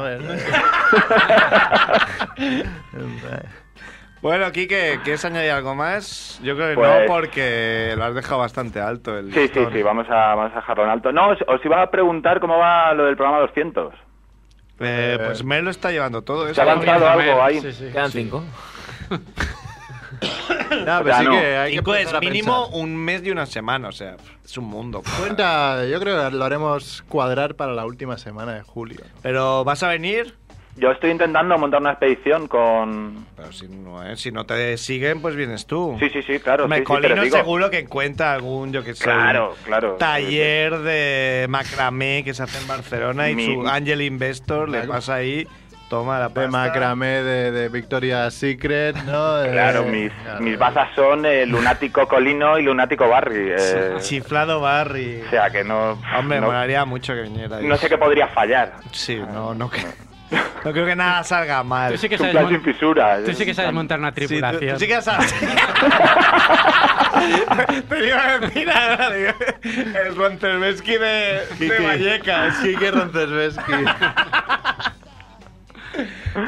[SPEAKER 1] Bueno, Kike, ¿quieres añadir algo más? Yo creo que
[SPEAKER 9] Pues-
[SPEAKER 1] no, porque lo has dejado bastante alto. El
[SPEAKER 9] Sí, sí,
[SPEAKER 1] listón.
[SPEAKER 9] sí, vamos a, vamos a dejarlo en alto. No, os, os iba a preguntar cómo va lo del programa 200.
[SPEAKER 1] Eh, pues Melo está llevando todo eso.
[SPEAKER 9] Se ha avanzado algo ahí.
[SPEAKER 3] Quedan cinco.
[SPEAKER 4] No, pero sí que hay que
[SPEAKER 1] Cinco
[SPEAKER 4] empezar a
[SPEAKER 1] es mínimo un mes y una semana, o sea, es un mundo. pues.
[SPEAKER 4] Cuenta, yo creo que lo haremos cuadrar para la última semana de julio.
[SPEAKER 1] Pero vas a venir.
[SPEAKER 9] Yo estoy intentando montar una expedición con...
[SPEAKER 1] Pero si no, eh, si no te siguen, pues vienes tú.
[SPEAKER 9] Sí, sí, sí, claro. sí, sí,
[SPEAKER 1] Colino
[SPEAKER 9] pero digo-
[SPEAKER 1] seguro que encuentra algún, yo que sé,
[SPEAKER 9] Claro, claro.
[SPEAKER 1] taller de macramé que se hace en Barcelona y
[SPEAKER 4] Mi-
[SPEAKER 1] su angel investor le pasa ahí, toma la pasta.
[SPEAKER 4] De macramé, de, de Victoria's Secret, ¿no? Eh,
[SPEAKER 9] Claro, mis, mis bazas son eh, Lunático Colino y Lunático Barry. eh,
[SPEAKER 1] Chiflado Barry.
[SPEAKER 9] O sea, que no...
[SPEAKER 1] Hombre,
[SPEAKER 9] no,
[SPEAKER 1] molaría mucho que viniera.
[SPEAKER 9] no sé qué podría fallar.
[SPEAKER 1] Sí, no, no creo. No creo que nada salga mal.
[SPEAKER 2] Tú sí que
[SPEAKER 9] Es un
[SPEAKER 2] sabes,
[SPEAKER 9] plan
[SPEAKER 2] mon-
[SPEAKER 9] sin fisuras.
[SPEAKER 2] tú sí que sabes montar una
[SPEAKER 1] Sí, tú-
[SPEAKER 2] tripulación.
[SPEAKER 1] tú sí que sabes. Te iba a decir ahora, digo, el Ronterbesky de, de Vallecas.
[SPEAKER 4] Quique Roncesvesky.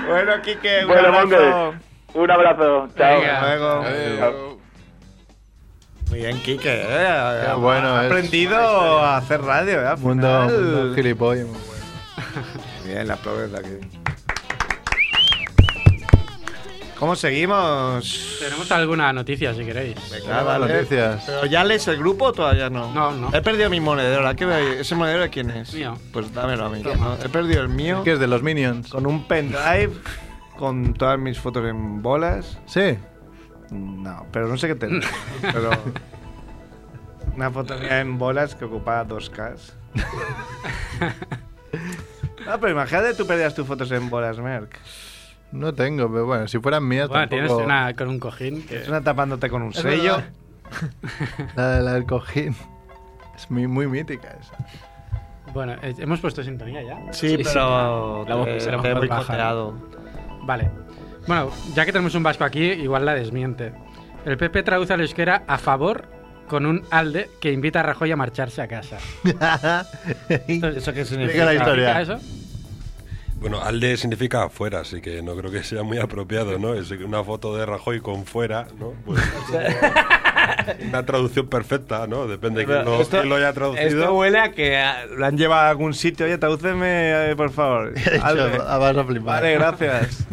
[SPEAKER 1] Bueno, Kike, un
[SPEAKER 9] Bueno,
[SPEAKER 1] abrazo.
[SPEAKER 9] Mongues, un abrazo. Chao.
[SPEAKER 1] Venga, luego.
[SPEAKER 9] Adiós.
[SPEAKER 1] Muy bien, Kike. ¿eh?
[SPEAKER 4] Qué bueno
[SPEAKER 1] Has
[SPEAKER 4] es.
[SPEAKER 1] aprendido a hacer radio. ¿eh? Al
[SPEAKER 4] Mundo,
[SPEAKER 1] final.
[SPEAKER 4] mundo gilipollas. muy bueno.
[SPEAKER 1] Bien, la aplaudes aquí. ¿Cómo seguimos?
[SPEAKER 2] Tenemos alguna noticia si queréis.
[SPEAKER 1] Ah, vale. ¿Pero ya lees el grupo o todavía no?
[SPEAKER 2] No, no.
[SPEAKER 1] He perdido mi monedero. ¿a qué me- ¿Ese monedero quién es?
[SPEAKER 2] Mío.
[SPEAKER 1] Pues dámelo a mí. ¿no? He perdido el mío.
[SPEAKER 4] Que es de los Minions.
[SPEAKER 1] Con un pendrive, con todas mis fotos en bolas.
[SPEAKER 4] Sí.
[SPEAKER 1] No, pero no sé qué tengo. pero una foto mía en bolas que ocupaba 2K. No, Ah, pero imagínate tú perdías tus fotos en bolas, Merck.
[SPEAKER 4] No tengo, pero bueno, si fueran mías
[SPEAKER 2] Bueno, tienes
[SPEAKER 4] tampoco...
[SPEAKER 2] una con un cojín. que-
[SPEAKER 1] Es una tapándote con un
[SPEAKER 4] Es
[SPEAKER 1] sello.
[SPEAKER 4] verdad. La, de- la del cojín. Es muy, muy mítica esa.
[SPEAKER 2] Bueno, eh, hemos puesto sintonía ya.
[SPEAKER 1] Sí, Sí, pero sí. La voz-
[SPEAKER 2] Eh,
[SPEAKER 1] se la
[SPEAKER 2] la
[SPEAKER 1] voz
[SPEAKER 2] voz
[SPEAKER 1] muy
[SPEAKER 2] baja.
[SPEAKER 1] cojeado.
[SPEAKER 2] Vale. Bueno, ya que tenemos un vasco aquí, igual la desmiente. El PP traduce a la euskera a favor con un alde que invita a Rajoy a marcharse a casa.
[SPEAKER 1] ¿Eso qué
[SPEAKER 4] Explica la historia.
[SPEAKER 2] ¿Eso?
[SPEAKER 5] Bueno, Alde significa afuera, así que no creo que sea muy apropiado, ¿no? Es una foto de Rajoy con fuera, ¿no? Pues, una traducción perfecta, ¿no? Depende de quién lo, quién lo haya traducido.
[SPEAKER 1] esto huele a que ah, lo han llevado a algún sitio. Oye, tradúceme, eh, por favor. Albe.
[SPEAKER 4] Ah, Vas a flipar.
[SPEAKER 1] Vale, gracias.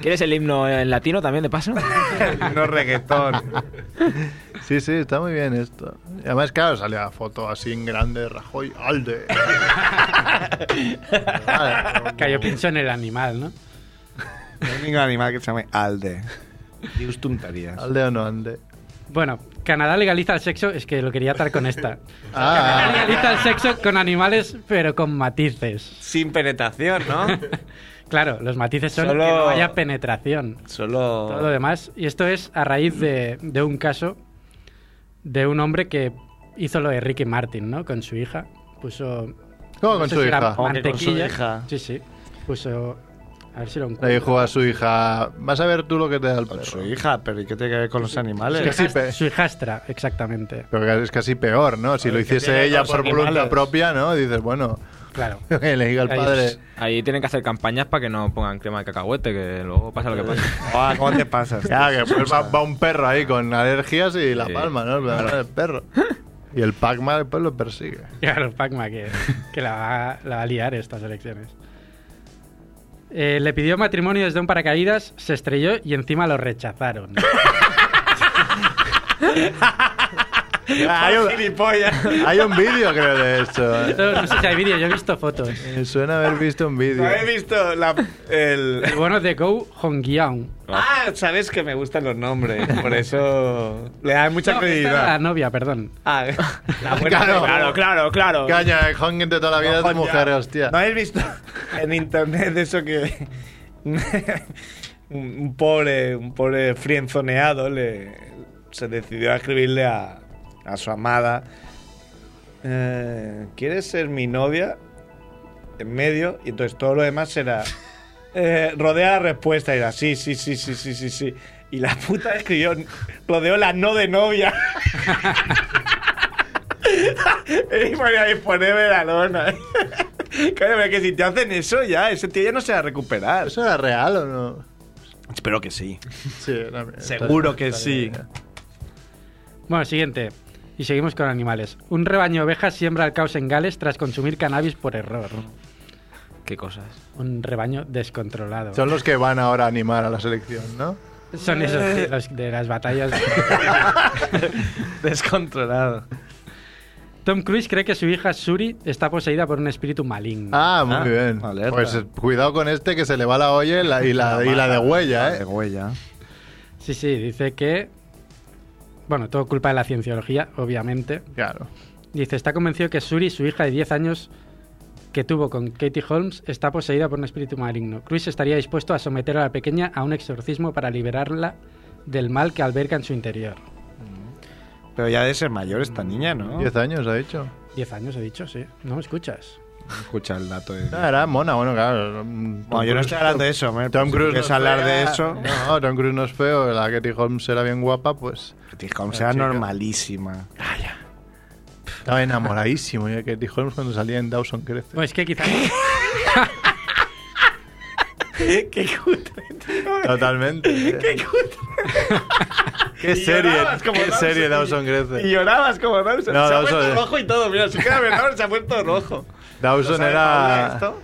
[SPEAKER 3] ¿Quieres el himno en latino también, de paso?
[SPEAKER 1] No reggaetón.
[SPEAKER 4] Sí, sí, está muy bien esto. Y además, claro, salía la foto así en grande de Rajoy. ¡Alde!
[SPEAKER 2] Que yo pienso en el animal, ¿no?
[SPEAKER 1] No hay ningún animal que se llame Alde. Dios tonterías.
[SPEAKER 4] ¿Alde o no alde?
[SPEAKER 2] Bueno, Canadá legaliza el sexo, es que lo quería atar con esta.
[SPEAKER 4] Ah.
[SPEAKER 2] Legaliza el sexo con animales, pero con matices.
[SPEAKER 1] Sin penetración, ¿no?
[SPEAKER 2] Claro, los matices son
[SPEAKER 1] Solo-
[SPEAKER 2] que no haya penetración.
[SPEAKER 1] Solo.
[SPEAKER 2] Todo lo demás. Y esto es a raíz de, de un caso de un hombre que hizo lo de Ricky Martin, ¿no? Con su hija. Puso.
[SPEAKER 4] ¿Cómo
[SPEAKER 2] no
[SPEAKER 4] con
[SPEAKER 2] sé
[SPEAKER 4] su
[SPEAKER 2] si era
[SPEAKER 4] hija? ¿Cómo que Oh, con
[SPEAKER 2] Mantequilla.
[SPEAKER 4] su hija?
[SPEAKER 2] Sí, sí. Puso. A ver si lo encuentro.
[SPEAKER 4] Le dijo a su hija, vas a ver tú lo que te da el perro.
[SPEAKER 1] Su hija, pero ¿y qué tiene que ver con los animales?
[SPEAKER 2] Su, hijastra, su hijastra, exactamente.
[SPEAKER 4] Pero es casi peor, ¿no? Si lo
[SPEAKER 2] Ay, que tiene
[SPEAKER 4] hiciese ella
[SPEAKER 2] dos
[SPEAKER 4] por voluntad
[SPEAKER 2] animales.
[SPEAKER 4] propia, ¿no? Dices, bueno,
[SPEAKER 2] Claro.
[SPEAKER 4] que le diga al
[SPEAKER 3] Ahí,
[SPEAKER 4] padre.
[SPEAKER 3] ahí tienen que hacer campañas para que no pongan crema de cacahuete, que luego pasa lo que pasa.
[SPEAKER 1] Ah, ¿Cómo te pasas?
[SPEAKER 4] Ya, que pues va, va un perro ahí con alergias y la palma, ¿no? El perro. Y el Pac-Man después lo persigue.
[SPEAKER 2] Claro, Pacma, que, que la, va, la va a liar estas elecciones. Eh, le pidió matrimonio desde un paracaídas, se estrelló y encima lo rechazaron.
[SPEAKER 4] Ah, hay, un, hay un vídeo, creo, de esto.
[SPEAKER 2] No, no sé si hay vídeo, yo he visto fotos.
[SPEAKER 4] Me suena haber visto un vídeo.
[SPEAKER 1] visto el...
[SPEAKER 2] bueno de Go Hongyeong.
[SPEAKER 1] Ah, sabes que me gustan los nombres, por eso le dan mucha
[SPEAKER 2] No, esta era
[SPEAKER 1] credibilidad.
[SPEAKER 2] la novia, perdón.
[SPEAKER 1] Ah, la buena-
[SPEAKER 4] Claro.
[SPEAKER 1] claro, claro.
[SPEAKER 4] Caña, eh, el Hongen de toda la vida es de
[SPEAKER 1] Coño.
[SPEAKER 4] mujer, hostia.
[SPEAKER 1] ¿No habéis visto en internet eso que un, un pobre, un pobre frienzoneado le, se decidió a escribirle a, a su amada eh, ¿Quieres ser mi novia? En medio, y entonces todo lo demás era eh, rodea la respuesta, era sí, sí, sí, sí, sí, sí, sí. Y la puta escribió, rodeó la no de novia. y ponía disponible la lona. Claro, pero que si te hacen eso ya, ese tío ya no se va a recuperar.
[SPEAKER 4] ¿Eso era real o no?
[SPEAKER 1] Espero que sí. eh,
[SPEAKER 4] Sí, era real.
[SPEAKER 1] Seguro que sí.
[SPEAKER 2] Bueno, siguiente. Y seguimos con animales. Un rebaño de ovejas siembra el caos en Gales tras consumir cannabis por error.
[SPEAKER 3] Qué cosas.
[SPEAKER 2] Un rebaño descontrolado.
[SPEAKER 4] Son los que van ahora a animar a la selección, ¿no?
[SPEAKER 2] Son esos
[SPEAKER 1] Eh.
[SPEAKER 2] de, los- de las batallas.
[SPEAKER 1] Descontrolado.
[SPEAKER 2] Tom Cruise cree que su hija Suri está poseída por un espíritu maligno.
[SPEAKER 4] Ah, muy bien.
[SPEAKER 1] alerta.
[SPEAKER 4] Pues eh, cuidado con este que se le va la olla y la, y la, y la de huella, ¿eh?
[SPEAKER 1] huella.
[SPEAKER 2] Sí, sí, dice que... Bueno, todo culpa de la cienciología, obviamente.
[SPEAKER 4] Claro.
[SPEAKER 2] Dice, está convencido que Suri, su hija de 10 años que tuvo con Katie Holmes, está poseída por un espíritu maligno. Cruise estaría dispuesto a someter a la pequeña a un exorcismo para liberarla del mal que alberga en su interior.
[SPEAKER 1] Pero ya de ser mayor esta niña, ¿no?
[SPEAKER 4] 10 años ha hecho.
[SPEAKER 2] 10 años he dicho, sí. No me escuchas.
[SPEAKER 1] Escucha el dato de...
[SPEAKER 4] Ah, era mona, bueno, claro. mm,
[SPEAKER 1] Bueno, yo
[SPEAKER 4] Tom
[SPEAKER 1] no estoy
[SPEAKER 4] Cruise-
[SPEAKER 1] hablando de eso, man.
[SPEAKER 4] Tom Cruise
[SPEAKER 1] Si quieres
[SPEAKER 4] no es
[SPEAKER 1] hablar de
[SPEAKER 4] fea.
[SPEAKER 1] eso...
[SPEAKER 4] No, Tom Cruise no es feo, la Katie Holmes era bien guapa, pues
[SPEAKER 1] Katie Holmes era
[SPEAKER 4] chica.
[SPEAKER 1] normalísima.
[SPEAKER 4] estaba enamoradísimo. Y Katie Holmes cuando salía en Dawson crece.
[SPEAKER 2] Pues es que quizás...
[SPEAKER 1] Qué cutre.
[SPEAKER 4] Totalmente. ¿eh?
[SPEAKER 1] Qué cutre.
[SPEAKER 4] Qué
[SPEAKER 1] Y
[SPEAKER 4] serie,
[SPEAKER 1] llorabas como
[SPEAKER 4] qué
[SPEAKER 1] Dawson.
[SPEAKER 4] serie Dawson crece.
[SPEAKER 1] Y llorabas como Dawson.
[SPEAKER 4] No,
[SPEAKER 1] se ha
[SPEAKER 4] Dawson
[SPEAKER 1] puesto
[SPEAKER 4] es-
[SPEAKER 1] rojo y todo. Mira, se queda verdad, se ha puesto rojo.
[SPEAKER 4] Dawson
[SPEAKER 1] ¿No sabes hablar de
[SPEAKER 4] era,
[SPEAKER 1] esto?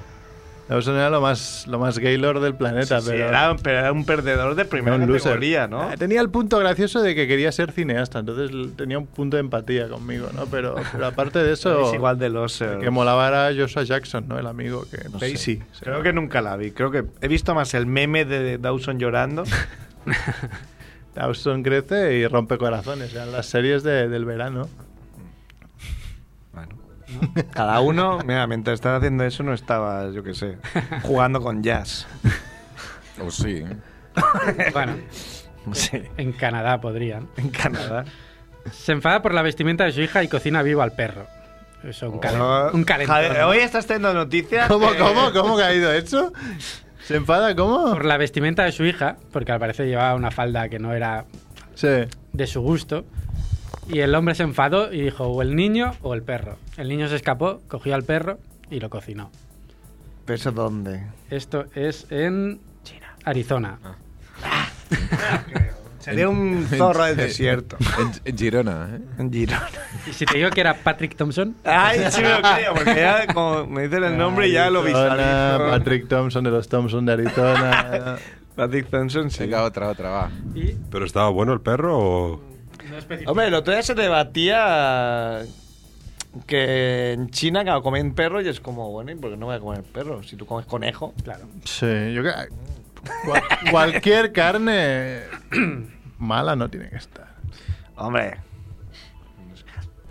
[SPEAKER 4] Dawson era lo más, lo más gaylord del planeta,
[SPEAKER 1] Sí,
[SPEAKER 4] pero
[SPEAKER 1] era, pero era un perdedor de primera
[SPEAKER 4] era un loser.
[SPEAKER 1] categoría, ¿no?
[SPEAKER 4] Ah, Tenía el punto gracioso de que quería ser cineasta, entonces l- tenía un punto de empatía conmigo, ¿no? Pero, pero aparte de eso,
[SPEAKER 1] Es igual de loser.
[SPEAKER 4] el que molaba era Joshua Jackson, ¿no? El amigo que
[SPEAKER 1] No sé.
[SPEAKER 4] Pacey.
[SPEAKER 1] Creo que nunca la vi. Creo que he visto más el meme de Dawson llorando.
[SPEAKER 4] Dawson crece y rompe corazones. Eran las series de- del verano.
[SPEAKER 1] Bueno. Cada uno, mira, mientras estaba haciendo eso no estaba, yo qué sé, jugando con jazz.
[SPEAKER 6] O sí.
[SPEAKER 2] bueno,
[SPEAKER 1] Sí,
[SPEAKER 2] en Canadá podrían.
[SPEAKER 1] en Canadá.
[SPEAKER 2] Se enfada por la vestimenta de su hija y cocina vivo al perro. Eso, un, calen-
[SPEAKER 1] Bueno,
[SPEAKER 2] un calentón.
[SPEAKER 1] Javier, Hoy estás teniendo noticias.
[SPEAKER 4] ¿Cómo,
[SPEAKER 1] Oh. eh,
[SPEAKER 4] cómo, cómo que ha ido eso? ¿Se enfada? ¿Cómo?
[SPEAKER 2] Por la vestimenta de su hija, porque al parecer llevaba una falda que no era
[SPEAKER 4] Sí.
[SPEAKER 2] de su gusto. Y el hombre se enfadó y dijo, o el niño o el perro. El niño se escapó, cogió al perro y lo cocinó.
[SPEAKER 1] ¿Pero eso dónde?
[SPEAKER 2] Esto es en Arizona.
[SPEAKER 1] Ah. Sería un zorro del desierto.
[SPEAKER 6] En, en Girona, ¿eh?
[SPEAKER 1] En Girona.
[SPEAKER 2] Y si te digo que era Patrick Thompson,
[SPEAKER 1] Ay, sí me lo creo, porque ya como me dicen el nombre ya lo
[SPEAKER 4] Arizona,
[SPEAKER 1] visualizo.
[SPEAKER 4] Patrick Thompson de los Thompson de
[SPEAKER 1] Eh,
[SPEAKER 4] Arizona.
[SPEAKER 1] Patrick Thompson, sí.
[SPEAKER 6] Venga, otra, otra, va.
[SPEAKER 2] y
[SPEAKER 5] ¿Pero estaba bueno el perro o...?
[SPEAKER 1] Hombre, el otro día se debatía que en China claro, comen perro y es como, bueno, ¿y por qué no voy a comer perro? Si tú comes conejo.
[SPEAKER 2] claro.
[SPEAKER 4] sí, yo que- cual- cualquier carne mala no tiene que estar.
[SPEAKER 1] Hombre.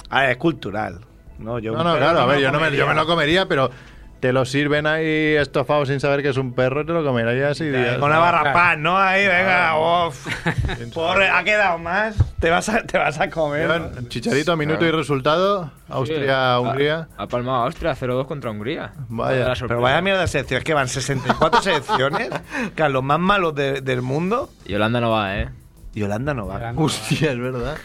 [SPEAKER 1] A ver, es cultural. No, yo
[SPEAKER 4] No, no, claro, a ver, yo no me, yo me lo comería, pero Te lo sirven ahí estofado sin saber que es un perro y te lo comerías y "Ah,
[SPEAKER 1] Con una barra pan, ¿no? Ahí, venga, uff. Pobre, ha quedado más. Te vas a, te vas a comer. ¿no?
[SPEAKER 4] Chicharito, minuto y resultado. Austria, Hungría.
[SPEAKER 3] Ha palmado Austria 0-2 contra Hungría.
[SPEAKER 4] Vaya.
[SPEAKER 1] Pero vaya mierda de selecciones que van 64 selecciones. Que a los más malos de- del mundo.
[SPEAKER 3] Y Holanda no va, ¿eh?
[SPEAKER 1] Y Holanda no va.
[SPEAKER 4] Hostia, es verdad.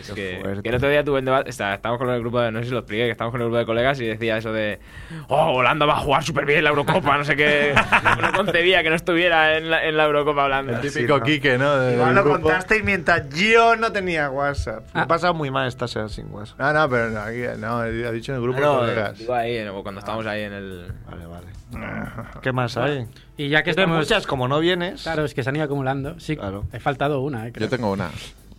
[SPEAKER 3] Es que, que el otro día tuve un debate, está- estábamos con el grupo de, no sé si lo expliqué, que estábamos con el grupo de colegas y decía eso de, oh, Holanda va a jugar súper bien la Eurocopa, no sé qué, no, no concebía que no estuviera en la, en la Eurocopa Holanda.
[SPEAKER 4] El típico Quique, ¿no? Del
[SPEAKER 1] Igual lo
[SPEAKER 4] grupo.
[SPEAKER 1] contasteis mientras yo no tenía WhatsApp. Me he pasado muy mal esta semana sin WhatsApp.
[SPEAKER 4] Ah, no, pero no, aquí, no, ha dicho en el grupo
[SPEAKER 3] Ah, no,
[SPEAKER 4] de colegas. Ah.
[SPEAKER 3] digo ahí, en- cuando estábamos ahí en el...
[SPEAKER 1] Vale, vale. ¿Qué más hay?
[SPEAKER 2] Y ya que
[SPEAKER 1] Es de
[SPEAKER 2] estamos.
[SPEAKER 1] muchas, como no vienes.
[SPEAKER 2] Claro, es que se han ido acumulando. Sí, he faltado una, eh, creo.
[SPEAKER 6] Yo tengo una.